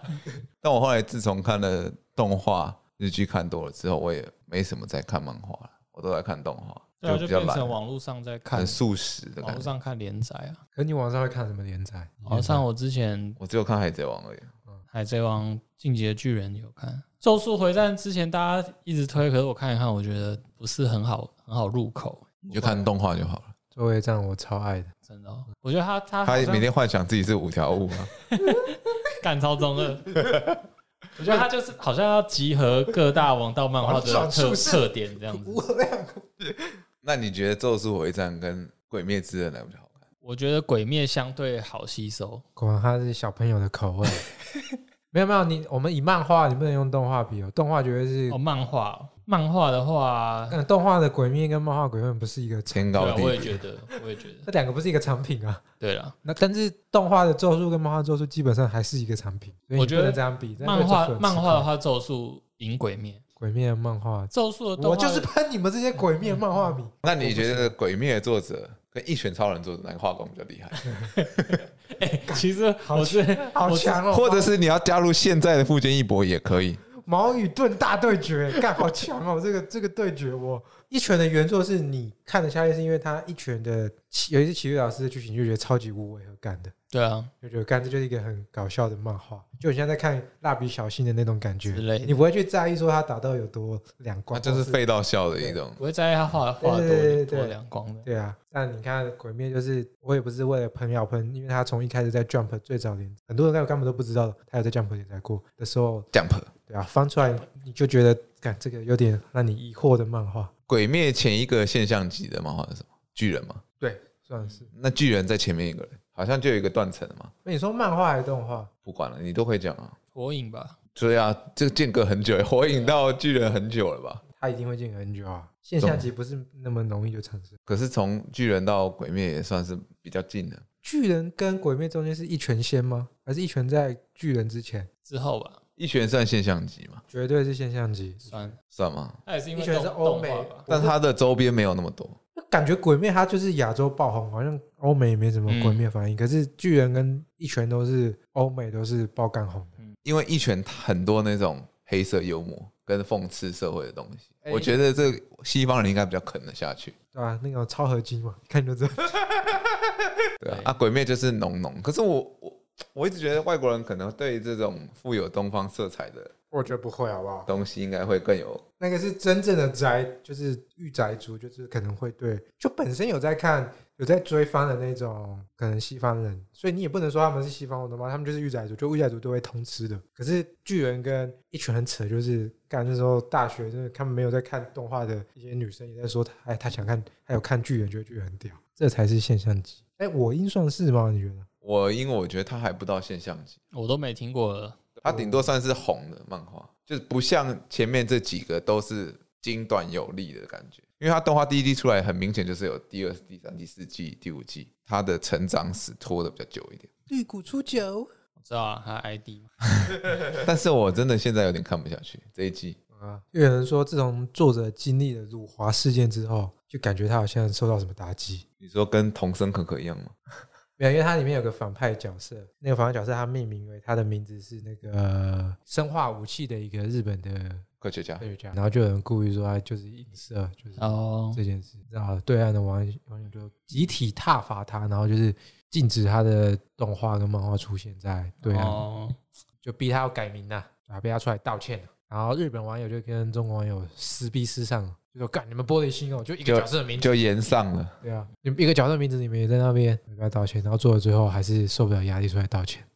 S2: 但我后来自从看了动画日剧看多了之后，我也没什么在看漫画了，我都在看动
S1: 对啊，
S2: 画，
S1: 就
S2: 比较
S1: 变
S2: 懒
S1: 成，网络上在看
S2: 很，素食的
S1: 网
S2: 感
S1: 络
S2: 觉。
S1: 上看连载啊，
S3: 可你晚上会看什么连载？
S1: 网络上我之前
S2: 我只有看海贼王而已。
S1: 海贼王、进击的巨人有看，《咒术回战》之前大家一直推，可是我看一看，我觉得不是很好，很好入口，
S2: 你就看动画就好了。
S3: 作为战我超爱的，
S1: 真的哦、我觉得他他
S2: 他
S1: 好
S2: 每
S1: 像
S2: 天幻想自己是五条悟啊，
S1: (laughs) 干超中二，我觉得他就是好像要集合各大王
S3: (laughs)
S1: 道漫画的
S3: 王者
S1: 特
S3: 术士
S1: 特点这样子。
S3: 我两个
S2: 那你觉得《咒术回战》跟《鬼灭之刃》哪个比较好看？
S1: 我觉得《鬼灭》相对好吸收，
S3: 果然他是小朋友的口味。没有没有，你我们以漫画，你不能用动画比哦，动画绝对是
S1: 哦，，漫画哦，漫画的话，
S3: 嗯，动画的鬼灭跟漫画鬼灭不是一个产，
S2: 天
S1: 对
S2: 高
S1: 啊，
S2: 地
S1: 我也觉
S2: 别
S1: 得，我也觉得，
S3: 这两个不是一个产品啊。
S1: 对了，
S3: 那但是动画的咒术跟漫画咒术基本上还是一个产品，所以
S1: 我
S3: 你
S1: 觉
S3: 不
S1: 得
S3: 能这样比。这样
S1: 漫
S3: 对咒
S1: 画
S3: 术很
S1: 漫
S3: 奇
S1: 画的
S3: 怪，
S1: 话，《咒术》赢《鬼灭》，《
S3: 鬼灭漫画，
S1: 咒术》的动
S3: 我
S1: 画
S3: 就是喷你们这些鬼灭漫画
S1: (laughs)
S3: 迷。
S2: 那你觉得《鬼灭》的作者跟《一拳超人》作者哪个画工比较厉害？
S1: (laughs) 哎，其实我是
S3: 好
S1: 我是
S3: 强哦！
S2: 或者是你要加入现在的富坚义博也可以，
S3: 矛与盾大对决，干好强哦！这个这个对决，我一拳的原作是你看得下去，是因为他一拳的有一次奇遇老师的剧情就觉得超级无违和感的，
S1: 对啊
S3: 就觉得干这就是一个很搞笑的漫画，就你像在看蜡笔小新的那种感
S1: 之
S3: 觉，
S1: 类的，
S3: 你不会去在意说他打到有多两
S1: 啊
S2: 那
S3: 光，
S2: 就是废到笑的一种。
S1: 不会在意他画画
S3: 对
S1: 多
S3: 对对对
S1: 多亮光的。
S3: 对啊，但你看《鬼灭》，就是我也不是为了喷要喷，因为他从一开始在 Jump 最早连，很多人根本都不知道他有在 Jump 连载过的时候，
S2: Jump
S3: 对啊，翻出来你就觉得，看这个有点让你疑惑的漫画，
S2: 鬼灭前一个现象级的漫画是什么？巨人嘛。
S3: 对，算
S1: 嗯
S3: 是。
S2: 那巨人在前面一个人，好像就有一个断层了嘛。
S3: 那你说漫画还是动画？
S2: 不管了，你都会讲啊。
S1: 火影吧，
S2: 对啊，这个间隔很久，火影到巨人很久了吧？
S3: 它一定会间隔很久啊，现象级不是那么容易就产生。
S2: 可是从巨人到鬼灭也算是比较近的。
S3: 巨人跟鬼灭中间是一拳先吗？还是一拳在巨人之前？
S1: 之后吧，
S2: 一拳算现象级嘛？
S3: 绝对是现象级。
S1: 算了，
S2: 算吗？
S1: 那也是因
S3: 一
S1: 为
S3: 拳
S1: 动
S3: 是欧
S1: 动
S3: 美
S1: 画吧，，
S2: 但它的周边没有那么多。
S3: 感觉鬼灭它就是亚洲爆红，好像欧美也没什么鬼灭反应。可是巨人跟一拳都是欧美都是爆干红的。
S2: 因为一拳很多那种黑色幽默跟讽刺社会的东西，
S1: 哎
S2: 我觉得这个西方人应该比较啃得下去，
S3: 对啊，那个超合金嘛，一看就知道。
S2: 对啊
S1: 对，
S2: 啊，鬼灭就是浓浓，可是我我我一直觉得外国人可能对这种富有东方色彩的
S3: (laughs) 我觉得不会，好不好？
S2: 东西应该会更有，
S3: 那个是真正的宅，就是御宅族，就是可能会对，就本身有在看、有在追番的那种，可能西方人，所以你也不能说他们是西方文的嘛，他们就是御宅族，就御宅族都会通吃的。可是巨人跟一拳很扯，就是干那时候大学，就是他们没有在看动画的一些女生也在说，哎，她想看，还有看巨人，觉得巨人很屌，这才是现象级。哎，我应算是吗？你觉得？
S2: 我因为我觉得它还不到现象级，
S1: 我都没听过了。
S2: 它顶多算是红的漫画，就是不像前面这几个都是精短有力的感觉。因为它动画第一季出来，很明显就是有第二、第三、第四季、第五季，它的成长史拖的比较久一点。
S3: 绿谷出九
S1: 我知道啊，他 ID 嘛，
S2: (laughs) 但是我真的现在有点看不下去这一季。
S3: 啊，又有人说，自从作者经历了辱华事件之后，就感觉他好像受到什么打击。
S2: 你说跟童声可可一样吗？
S3: 没有，因为它里面有个反派角色，那个反派角色他命名为他的名字是那个、呃、生化武器的一个日本的
S2: 科学家
S3: 科，学家，然后就有人故意说他就是影射，就是
S1: 哦，
S3: 这件事，然后对岸的网友网友就集体挞伐他，然后就是禁止他的动画跟漫画出现在对啊岸，
S1: 哦，
S3: 就逼他要改名呐、啊，逼他出来道歉了。然后日本网友就跟中国网友撕逼撕上了，就说干你们玻璃心哦，就一个角色的名字
S2: 就延上了。
S3: 对啊，你们一个角色名字你们也在那边，你们要道歉，然后做到最后还是受不了压力出来道 (laughs) 歉。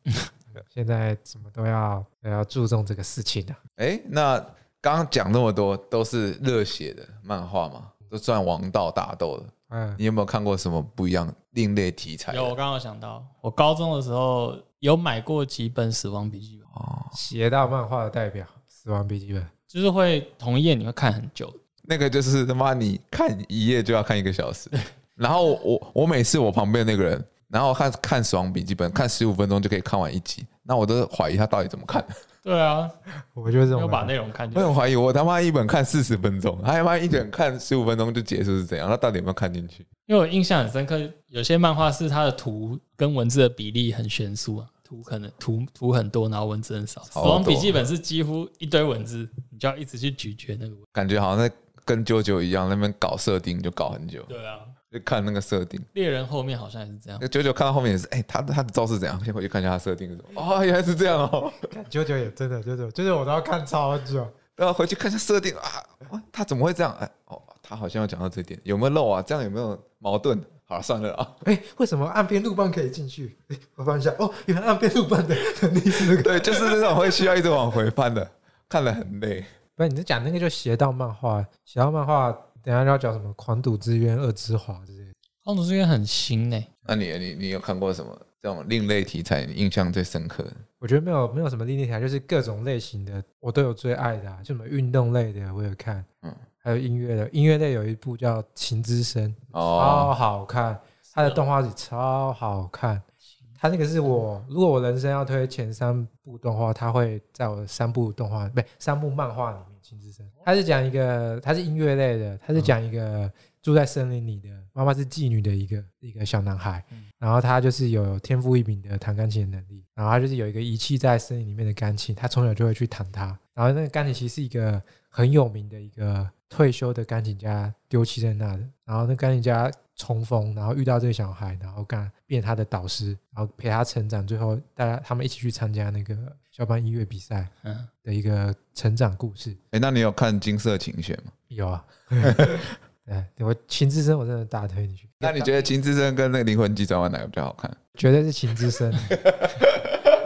S3: 现在什么都要都要注重这个事情啊。
S2: 哎，那刚刚讲那么多都是热血的漫画嘛，都算王道打斗的。
S3: 嗯，
S2: 你有没有看过什么不一样另类题材的？
S1: 有我刚刚有想到，我高中的时候有买过几本《死亡笔记本》，
S2: 哦，
S3: 邪道漫画的代表《死亡笔记本》，
S1: 就是会同一页你会看很久，
S2: 那个就是他妈你看一页就要看一个小时。然后我我每次我旁边那个人，然后看看《死亡笔记本》，看十五分钟就可以看完一集，那我都怀疑他到底怎么看。
S1: 对啊，
S3: 我就是这
S1: 没有
S3: 种
S1: 把
S3: 人。
S1: 内容看
S2: 我
S1: 进去
S2: 很怀疑，我他妈一本看四十分钟，他他妈一本看十五分钟就结束是怎样？他到底有没有看进去？
S1: 因为我印象很深刻，有些漫画是它的图跟文字的比例很悬殊啊，图可能图图很多，然后文字很少。死
S2: 多
S1: 亡笔记本是几乎一堆文字，你就要一直去咀嚼那个文。
S2: 感觉好像在跟啾啾一样，那边搞设定就搞很久，
S1: 对啊，
S2: 就看那个设定。
S1: 猎人后面好像也是这样
S2: 那，啾啾看到后面也是，哎、他他的招式怎样？先回去看一下他设定是什么。哦，原来是这样哦。
S3: 看九九也真的就是就是我都要看超久。
S2: 然后回去看一下设定啊，哇他怎么会这样？哎、哦，他好像要讲到这一点，有没有漏啊？这样有没有矛盾？好了，算了啊。 (laughs)
S3: 哎，为什么岸边路伴可以进去？哎，我翻一下，哦，原来岸边路伴的能力是这个。
S2: 对，就是那种会需要一直往回翻的，看得很累。
S3: 不是，你是讲那个就邪道漫画，邪道漫画，等一下要讲什么狂赌之渊、恶之华之类的。
S1: 光头之渊很新欸呢、
S2: 那你你你有看过什么这种另类题材？你印象最深刻的？
S3: 我觉得没有没有什么立体台，就是各种类型的我都有最爱的、啊，就什么运动类的我有看，
S2: 嗯
S3: 嗯，还有音乐的，音乐类有一部叫《情之声》，超好看，它的动画也超好看。它那个是我如果我人生要推前三部动画，它会在我的三部动画不是三部漫画里面《情之声》，它是讲一个它是音乐类的，它是讲一个住在森林里的，妈妈是妓女的一个一个小男孩，然后他就是有天赋异禀的弹钢琴的能力，然后他就是有一个遗弃在森林里面的钢琴，他从小就会去弹它，然后那个钢琴其实是一个很有名的一个退休的钢琴家丢弃在那的，然后那钢琴家重逢，然后遇到这个小孩，然后干变他的导师，然后陪他成长，最后大家他们一起去参加那个肖邦音乐比赛
S1: 嗯，
S3: 的一个成长故事。
S2: 哎，那你有看《金色琴弦》吗？
S3: 有啊，对，我秦之声我真的大推你去，
S2: 那你觉得《琴之声》跟那个《灵魂急转弯》哪个比较好看？
S3: 绝对是秦之声。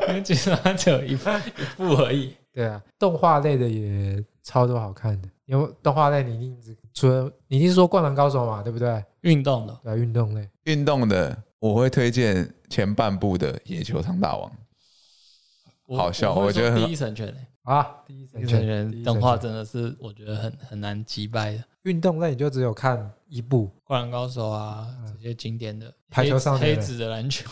S1: 因为其实它只有一部一部而已。
S3: 对啊，动画类的也超多好看的，因为动画类你一定只除了你一定是说《灌篮高手》嘛，对不对？
S1: 运动的
S3: 对啊、运动类
S2: 运动的我会推荐前半部的《野球堂大王》，
S1: 我
S2: 好笑
S1: 我
S2: 我觉得
S1: 会说
S2: 很好
S1: 第一神拳欸，
S3: 啊，第一
S1: 第
S3: 神
S1: 一神
S3: 拳，第
S1: 拳
S3: 一
S1: 动画真的是我觉得很很难击败的。
S3: 运动类你就只有看一部，
S1: 灌篮高手啊，
S3: 嗯
S1: 这些经典的
S3: 排球少年
S1: 黑
S3: 嘞
S1: 黑子的篮球，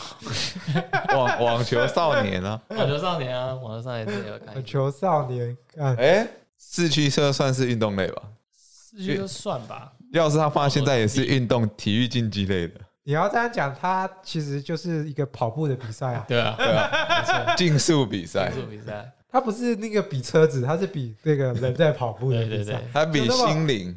S2: (laughs) 网网球少年啊，
S1: 网球少年啊，网球少年这也有看
S3: 《球少年》看
S2: 哎，四驱车算是运动类吧？
S1: 四驱就算吧，
S2: 要是他放现在也是运动体育竞技类 (laughs) 的，
S3: 你要这样讲，它其实就是一个跑步的比赛啊，
S1: (laughs) 对啊，
S2: 对啊，竞速比赛，
S1: 速比赛，
S3: 它不是那个比车子，它是比那个人在跑步的
S1: 对
S3: 比
S1: 对
S3: 赛。
S1: 对，
S2: 它比心灵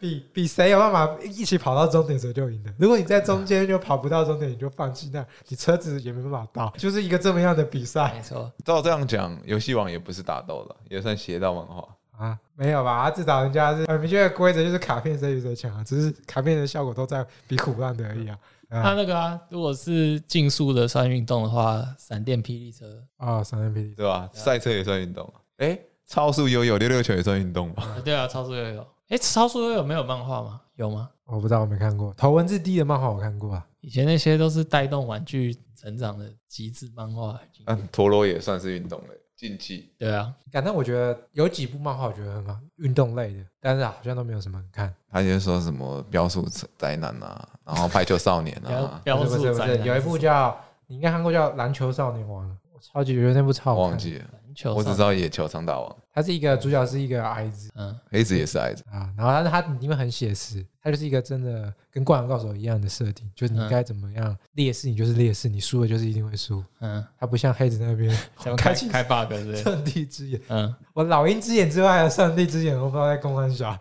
S3: 比比谁有办法一起跑到终点谁就赢了。如果你在中间就跑不到终点，你就放弃，那你车子也没办法到，就是一个这么样的比赛
S1: 没错，
S2: 照这样讲，游戏王也不是打斗了，也算邪道漫画。
S3: 啊，没有吧？至啊少人家是很哎明确的规则，就是卡片谁比谁强啊，只是卡片的效果都在比苦难的而已啊。
S1: 他
S3: 啊，
S1: 那个啊，如果是竞速的算运动的话，闪电霹雳车，
S3: 哦，闪电霹雳，
S2: 对啊吧？赛车也算运动啊。哎、超速悠悠溜溜球也算运动吧？
S1: 啊对啊，超速悠悠，哎，超速悠悠没有漫画吗？有吗？
S3: 我不知道，我没看过。头文字 D 的漫画我看过啊，
S1: 以前那些都是带动玩具成长的极致漫画，
S3: 啊
S2: 嗯，陀螺也算是运动类，竞技。
S1: 对啊，
S3: 反正我觉得有几部漫画我觉得很好，运动类的，但是好像都没有什么人看。
S2: 他就说什么标速宅男啊，然后排球少年
S3: (laughs)
S1: 标
S2: 啊，
S1: 标
S3: 不是不
S1: 速
S3: 是不
S1: 宅
S3: 是，
S1: 男
S3: 有一部
S1: 是
S3: 叫你应该看过叫《篮球少年王》，我超级觉得那部超好
S2: 忘
S3: 看。
S2: 记了，
S1: 篮球，
S2: 我只知，道野球长大王，
S3: 他是一个主角是一个矮子，
S1: 嗯，
S2: 黑子也是矮子。
S3: 啊，然后但是它里面很写实，它就是一个真的跟《灌篮高手》一样的设定，就是你
S1: 嗯
S3: 该怎么样劣势你就是劣势，你输了就是一定会输。
S1: 嗯，
S3: 它不像黑子那边
S1: 咱们开
S3: 开心
S1: 开 bug 之类的，
S3: 上帝之眼，
S1: 嗯，
S3: 我老鹰之眼之外还有上帝之眼，我不知道在公安小，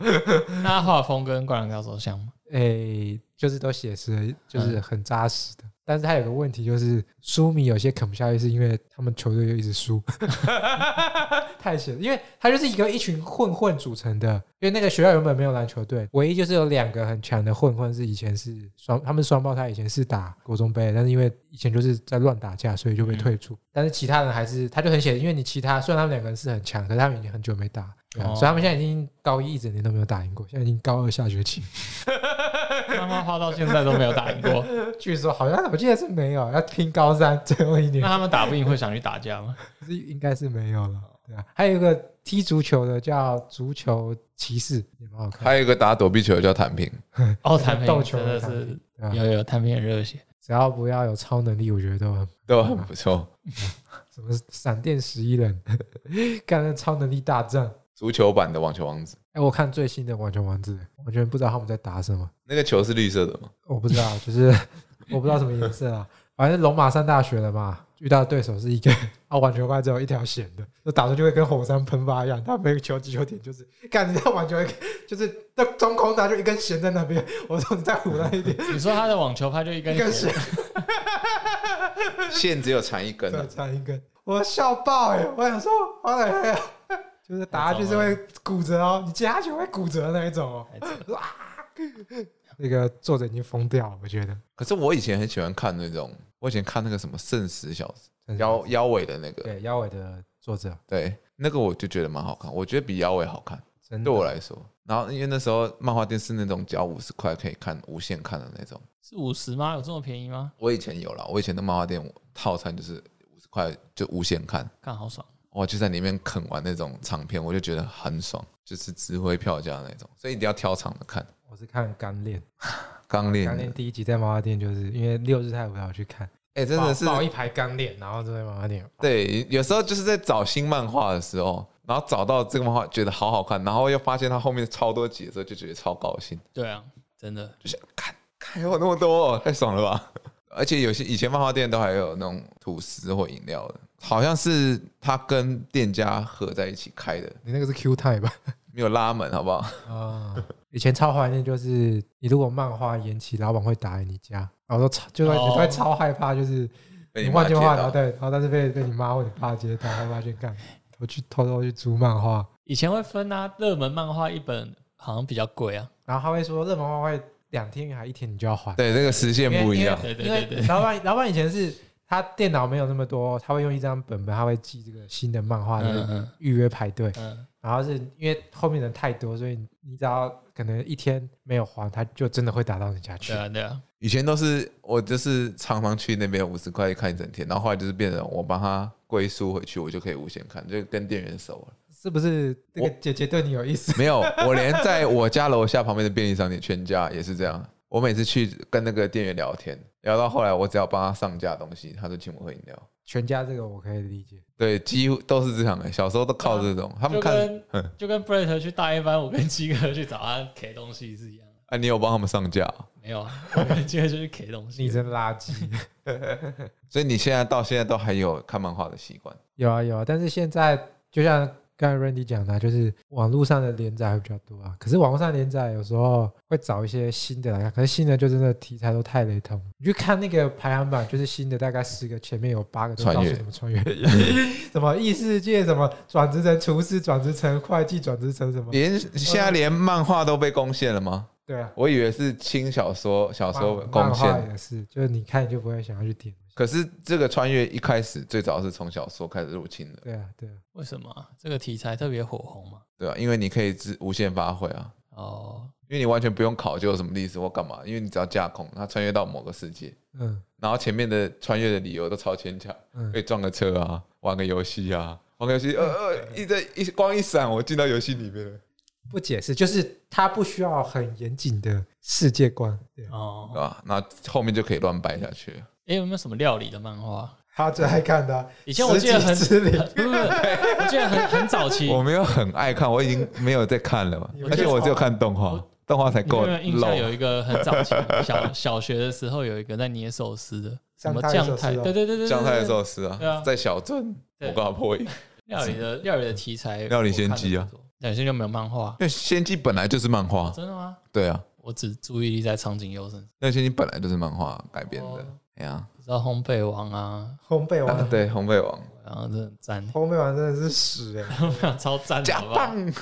S1: 那画风跟灌篮高手像吗？
S3: 诶、就是都写实，就是很扎实的。但是它有个问题就是，书迷有些啃不下去，是因为他们球队就一直输， (laughs) 太写实，因为它就是一个一群混混组成的。因为那个学校原本没有篮球队，唯一就是有两个很强的混混是以前是双，他们双胞胎以前是打国中杯的，但是因为以前就是在乱打架，所以就被退出。但是其他人还是他就很写实，因为你其他虽然他们两个人是很强，可是他们已经很久没打，对啊
S1: 哦
S3: 所以他们现在已经高一一整年都没有打赢过，现在已经高二下学期。
S1: 漫画画到现在都没有打
S3: (laughs)
S1: 赢过，
S3: 据说好像我记得是没有，要拼高三最后一
S1: 那
S3: 年，
S1: 他们打不赢会想去打架吗？
S3: 可是 (laughs) 应该是没有了。对啊，还有一个踢足球的叫足球骑士，也蛮好看。
S2: 还有一个打躲避球的叫弹平，
S1: 哦，谭平
S3: 斗球
S1: 真的
S3: 的弹
S1: 是
S3: 平对啊，
S1: 有有谭平很热血，
S3: 只要不要有超能力，我觉得都很
S2: 都很不错。
S3: 什么闪电十一人， (laughs) 干了超能力大战。
S2: 足球版的网球王子，
S3: 哎，我看最新的《网球王子》，完全不知道他们在打什么，
S2: 那个球是绿色的
S3: (laughs)
S2: 吗？
S3: 我不知道，就是我不知道什么颜色啊。反正龙马上大学了嘛，遇到的对手是一个啊，网球拍只有一条弦的，就打出去会跟火山喷发一样。他每个球击球点就是，干你知道网球会就是在中空打就一根弦在那边，我说你再胡乱一点，
S1: 你说他的网球拍就一根
S3: 一根
S1: 弦
S3: 弦，
S2: 线只有缠一根、
S3: 再
S2: 啊，
S3: 插一根，我笑爆哎、我想说，哎呀，就是打下去是会骨折哦，你接下去会骨折的那一种哦。
S1: 还是
S3: 那个作者已经疯掉了，我觉得。
S2: 可是我以前很喜欢看那种，我以前看那个什么《圣十小时》
S3: 真的
S2: 腰腰尾的那个，
S3: 对腰尾的作者，
S2: 对，那个我就觉得蛮好看，我觉得比腰尾好看，
S3: 真的
S2: 对我来说。然后因为那时候漫画店是那种交五十块可以看无限看的那种，
S1: 是五十吗？有这么便宜吗？
S2: 我以前有啦，我以前的漫画店套餐就是五十块就无限看，
S1: 看好爽，
S2: 我就在里面啃完那种长片，我就觉得很爽，就是值回票价那种，所以一定要挑长的看。
S3: 我是看《干练》，
S2: 刚
S3: 《
S2: 练
S3: 干
S2: 的
S3: 练》，第一集在漫画店，就是因为六日太无聊去看，
S2: 哎、真的是
S3: 抱抱一排《干练》，然后就在漫画店。
S2: 对，有时候就是在找新漫画的时候，然后找到这个漫画觉得好好看，然后又发现它后面超多集的时候，就觉得超高兴。
S1: 对啊，真的
S2: 看有那么多、太爽了吧！而且有些以前漫画店都还有那种吐司或饮料的，好像是他跟店家合在一起开的，
S3: 你那个是 Q time
S2: (laughs)
S3: 吧？
S2: 没有拉门，好不好？
S3: 啊，以前超怀念，就是你如果漫画延期，老板会打来你家，然后都超就会
S1: 哦
S3: 你会超害怕，就是
S2: 被
S3: 你
S2: 妈
S3: 换
S2: 接
S3: 电话，然后
S2: 到，
S3: 对，然后但是被被你妈或你爸接到，他发现干，我去偷偷去租漫画，
S1: 以前会分啊，热门漫画一本好像比较贵啊，
S3: 然后他会说热门漫画会两天还一天你就要还，
S2: 对，这个时限
S3: 因为
S2: 不一样。
S3: 因为
S1: 对对
S3: 因
S1: 对
S3: 为老板老板以前是他电脑没有那么多，他会用一张本本，他会记这个新的漫画
S1: 嗯
S3: 的
S1: 嗯
S3: 预约排队，
S1: 嗯，
S3: 然后是因为后面人太多，所以你只要可能一天没有还，他就真的会打到你家去
S1: 对。啊对啊，
S2: 以前都是我就是常常去那边五十块看一整天，然后后来就是变成我帮他归宿回去，我就可以无限看，就跟店员熟了。
S3: 是不是这个
S2: 我
S3: 姐姐对你有意思？
S2: (laughs) 没有，我连在我家楼下旁边的便利商店全家也是这样。我每次去跟那个店员聊天，聊到后来，我只要帮他上架东西，他就请我喝饮料。
S3: 全家这个我可以理解，
S2: 对，几乎都是这样、欸。小时候都靠这种，他
S1: 就
S2: 们看
S1: 跟就跟 Brett 去大一班，我跟鸡哥去找他 K 东西是一样的，
S2: 啊，你有帮他们上架哦、
S1: 没有啊，我跟鸡哥就去 K 东
S3: 你
S1: 西，
S3: 真垃圾。
S2: 所以你现在到现在都还有看漫画的习惯。
S3: 有啊有啊，但是现在就像刚才 Randy 讲的啊，就是网络上的连载会比较多啊。可是网络上连载有时候会找一些新的来看，可是新的就真的题材都太雷同。你去看那个排行榜，就是新的大概十个，前面有八个都
S2: 穿
S3: 告诉
S2: 越
S3: 你们穿越， (laughs) 什么异世界，什么转职成厨师，转职成会计，转职成什么？
S2: 连现在连漫画都被攻陷了吗？
S3: 对啊，
S2: 我以为是轻小说， (laughs) 小说
S3: 漫
S2: 攻
S3: 漫画
S2: 陷。
S3: 也是，就是你看你就不会想要去点。
S2: 可是这个穿越一开始最早是从小说开始入侵的，
S3: 对啊，对啊，
S1: 为什么啊这个题材特别火红嘛？
S2: 对吧、因为你可以自无限发挥啊，
S1: 哦，
S2: 因为你完全不用考究什么历史或干嘛，因为你只要架空，它穿越到某个世界，
S3: 嗯
S2: 然后前面的穿越的理由都超牵强，
S3: 嗯
S2: 可，以撞个车啊，玩个游戏啊，玩个游戏，呃呃，一在一光一闪，我进到游戏里面了。
S3: 不解释，就是它不需要很严谨的世界观。对啊，
S1: 哦，
S2: 对吧？那后面就可以乱掰下去了。
S1: 哎、有没有什么料理的漫画？啊
S3: 他最爱看的啊、
S1: 以前我记得很，
S3: 十几之灵
S1: 很不是不是，我记得很很早期，
S2: 我没有很爱看，我已经没有在看了
S3: 你，们
S2: 而且我只有看动画，动画才
S1: 你有
S2: 够
S1: 没有印象有
S2: low。
S1: 一个很早期 (laughs) 小小学的时候有一个在捏寿司的，什
S3: 像
S1: 么
S3: 他的
S1: 酱
S3: 寿司
S1: 太，
S3: 哦
S1: 对对对对，
S2: 姜太的
S1: 司
S2: 寿司
S1: 对啊
S2: 啊，在小镇
S1: 对
S2: 我搞破译，因
S1: 料理的料理的题材，
S2: 料理先机
S1: 我
S2: 啊
S1: 看得不多，两仙就没有漫画、
S2: 为《仙姬》本来就是漫画，
S1: 真的吗？
S2: 对啊，
S1: 我只注意力在苍井优身上，
S2: 那《仙姬》本来就是漫画改编的
S1: 哦，
S2: 哎呀，
S1: 不知道烘焙王啊，
S3: 烘焙
S2: 啊
S3: 王，
S2: 对《烘焙王
S1: 然后真的很
S2: (laughs)
S1: 赞，
S3: 烘焙王真的是屎哎、
S1: 烘焙王超赞》的，
S2: 加
S1: 好不好
S2: 棒，
S1: 烘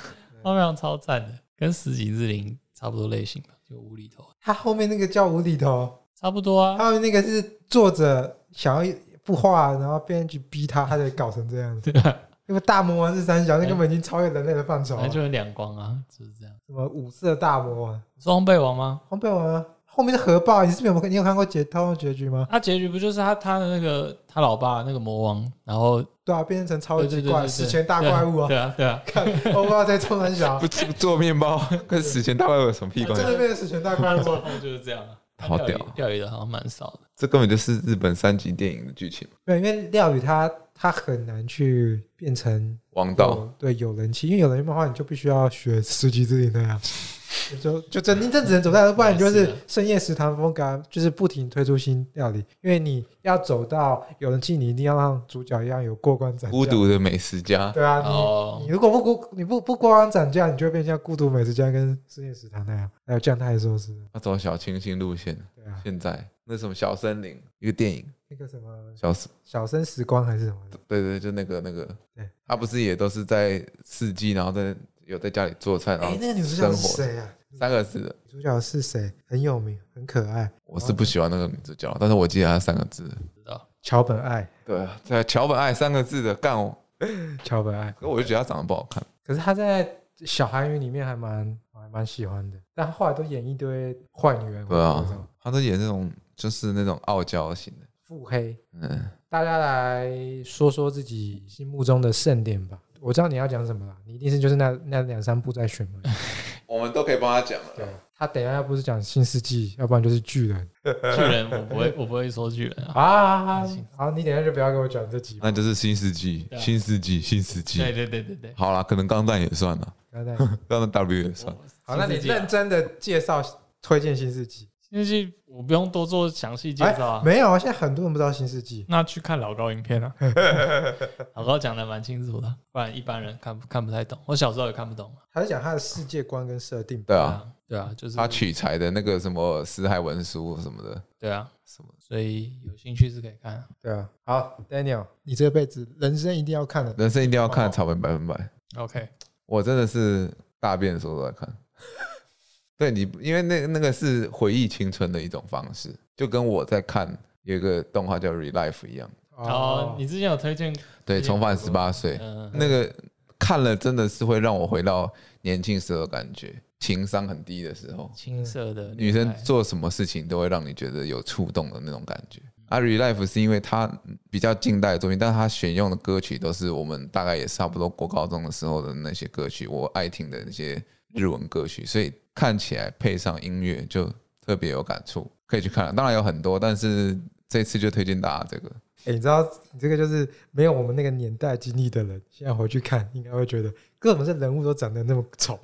S1: 焙王超赞的，跟十井之灵差不多类型吧，就无厘头，
S3: 他后面那个叫无厘头，
S1: 差不多啊，
S3: 他后面那个是作者想要不画，然后编剧逼他，他才搞成这样子。
S1: (laughs) 对啊，
S3: 那个大魔王是三小，那根本已经超越人类的范畴
S1: 反
S3: 了
S1: 正，就很两光啊，就是这样。
S3: 什么五色大魔王、
S1: 你说烘焙王吗？
S3: 烘焙王、啊。后面的核爆，你是不是有没有看你有看过解套的结局吗？
S1: 他啊结局不就是他他的那个他老爸那个魔王，然后
S3: 对啊，变成超
S1: 对对
S3: 级
S1: 对
S3: 怪
S1: 对，
S3: 史
S1: 对
S3: 前大怪物啊！
S1: 对啊对啊，
S3: 看，我不知道在冲三小
S1: (laughs)
S2: 不，不做面包 (laughs) 跟史前大怪物有什么屁
S3: 真
S2: 关系？
S3: 的变成史前大怪物了。
S1: 就是这样啊。
S2: (laughs) 好屌
S1: 钓鱼钓鱼的好像蛮少的，
S2: 这根本就是日本三级电影的剧情，
S3: 对，因为料理它它很难去变成
S2: 王
S1: 哦
S2: 道。
S3: 有对有人气，因为有人气漫画，你就必须要学十级之灵那样， (laughs) 就就真你这只能走到，不然你就
S1: 也
S3: 是
S1: 是啊
S3: 深夜食堂风格啊，就是不停推出新料理，因为你要走到有人气，你一定要让主角一样有过关斩将
S2: 孤，独的美食家，
S3: 对啊，你、
S1: 哦
S3: 你如果不孤你不不过关斩将，你就会变成像孤独美食家跟深夜食堂那样，还有酱太寿司，
S2: 要走小清新路线。
S3: 对啊，
S2: 现在那什么小森林，一个电影，
S3: 那个什么
S2: 小森，
S3: 小生时光还是什么的，
S2: 对啊对，就那个那个
S3: 对，
S2: 他不是也都是在四季，然后在有在家里做菜，然
S3: 哎、
S2: 后
S3: 那个女主角
S2: 生
S3: 是
S2: 活
S3: 谁啊？
S2: 三个字的，
S3: 女主角是谁？很有名，很可爱，
S2: 我是不喜欢那个名字叫，但是我记得他三个字，
S1: 不知道
S3: 桥本爱，
S2: 对啊，在桥本爱三个字的干我，
S3: 桥本爱。
S2: 可我就觉得他长得不好看，
S3: 可是她在小韩语里面还蛮我还蛮喜欢的，但后来都演一堆坏女人，或
S2: 对
S3: 者那种
S2: 啊，他都演那种就是那种傲娇型的，
S3: 腹黑。
S2: 嗯，
S3: 大家来说说自己心目中的盛典吧。我知道你要讲什么了，你一定是就是那那两三部在选
S2: (laughs)
S3: 嘛。
S2: 我们都可以帮他讲了，
S3: 对，他等一下要不是讲新世纪，要不然就是巨人
S1: 巨人，我不会我不会说巨人啊。
S3: 啊。好，你等一下就不要给我讲这几部
S2: 那，就是新世纪，
S1: 对啊
S2: 新世纪，新世
S1: 对
S2: 纪，
S1: 对对对对，
S2: 好啦，可能钢弹也算了，
S3: 不要再
S2: 钢弹 W 也算，
S3: 好，那你认真的介绍推荐新世纪。
S1: 啊新世纪我不用多做详细介绍啊，
S3: 没有啊，现在很多人不知道新世纪。
S1: 那去看老高影
S3: (laughs)
S1: 片啊，老高讲的蛮清楚的，不然一般人看不看不太懂。我小时候也看不懂啊。
S3: 还是讲他的世界观跟设定吧。
S2: 对啊，，
S1: 对啊，就是
S2: 他取材的那个什么死海文书什么的，
S1: 对啊，
S2: 什么
S1: 所以有兴趣是可以看、啊。
S3: 对啊，好，Daniel，你这辈子人生一定要看的，
S2: 人生一定要看《草莓百分百》，
S1: OK，
S2: 我真的是大便的时候都在看。对你，因为那那个是回忆青春的一种方式，就跟我在看有一个动画叫《Relife》一样。
S1: 哦，你之前有推荐，
S2: 对，
S1: 嗯
S2: 重返十八岁，
S1: 嗯、
S2: 那个看了真的是会让我回到年轻时候的感觉，情商很低的时候，
S1: 青涩的
S2: 女
S1: 恋
S2: 生
S1: 爱
S2: 做什么事情都会让你觉得有触动的那种感觉。啊，《Relife》是因为它比较近代的作品，但它选用的歌曲都是我们大概也差不多国高中的时候的那些歌曲，我爱听的那些日文歌曲，所以看起来配上音乐就特别有感触，可以去看。当然有很多，但是这次就推荐大家这个。
S3: 哎、你知道你这个就是没有我们那个年代经历的人，现在回去看，应该会觉得各种这人物都长得那么丑。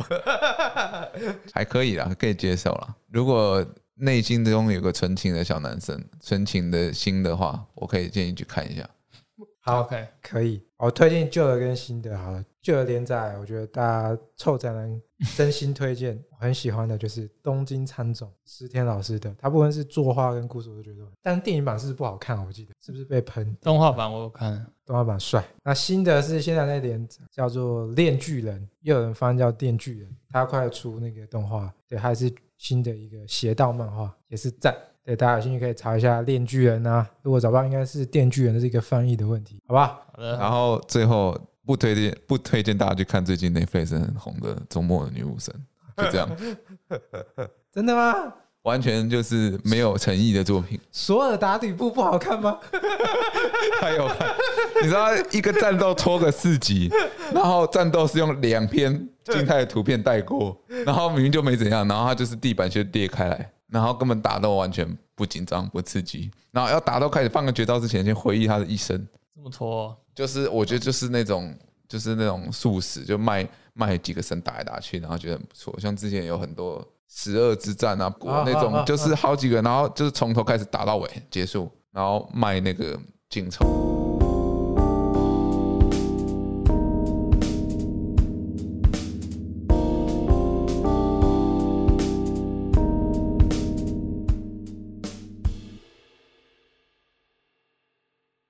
S2: 还可以啦，可以接受啦。如果内心中有个纯情的小男生、纯情的心的话，我可以建议去看一下。
S3: 好，
S1: OK，
S3: 可以，我推荐旧的跟新的好了。旧的连载，我觉得大家臭宅男真心推荐，我很喜欢的就是《东京参种》，石田老师的，他不论是作画跟故事，我都觉得很，但电影版是不是不好看？我记得是不是被喷？
S1: 动画版我有看，
S3: 动画版帅。那新的是现在那连载叫做《恋巨人》，又有人翻叫《电锯人》，他快出那个动画，对，还是新的一个邪道漫画，也是赞。对，大家有兴趣可以查一下《恋巨人》啊，如果找不到，应该是《电锯人》的这个翻译的问题，好不好？
S1: 好的，
S2: 然后最后不推荐不推荐大家去看最近 Netflix 很红的《周末的女武神》，就这样，
S3: 真的吗？
S2: 完全就是没有诚意的作品。
S3: 索尔打底部不好看吗？
S2: 太有看，你知道一个战斗拖个四集，然后战斗是用两篇静态的图片带过，然后明明就没怎样，然后它就是地板先裂开来，然后根本打斗完全不紧张不刺激，然后要打斗开始放个绝招之前，先回忆他的一生，
S1: 这么拖哦、
S2: 就是我觉得就是那种就是那种素食，就卖卖几个神打来打去，然后觉得很不错。像之前有很多十二之战啊，国
S3: 啊
S2: 那
S3: 啊啊
S2: 种就是好几个，然后就是从头开始打到尾结束，然后卖那个进程。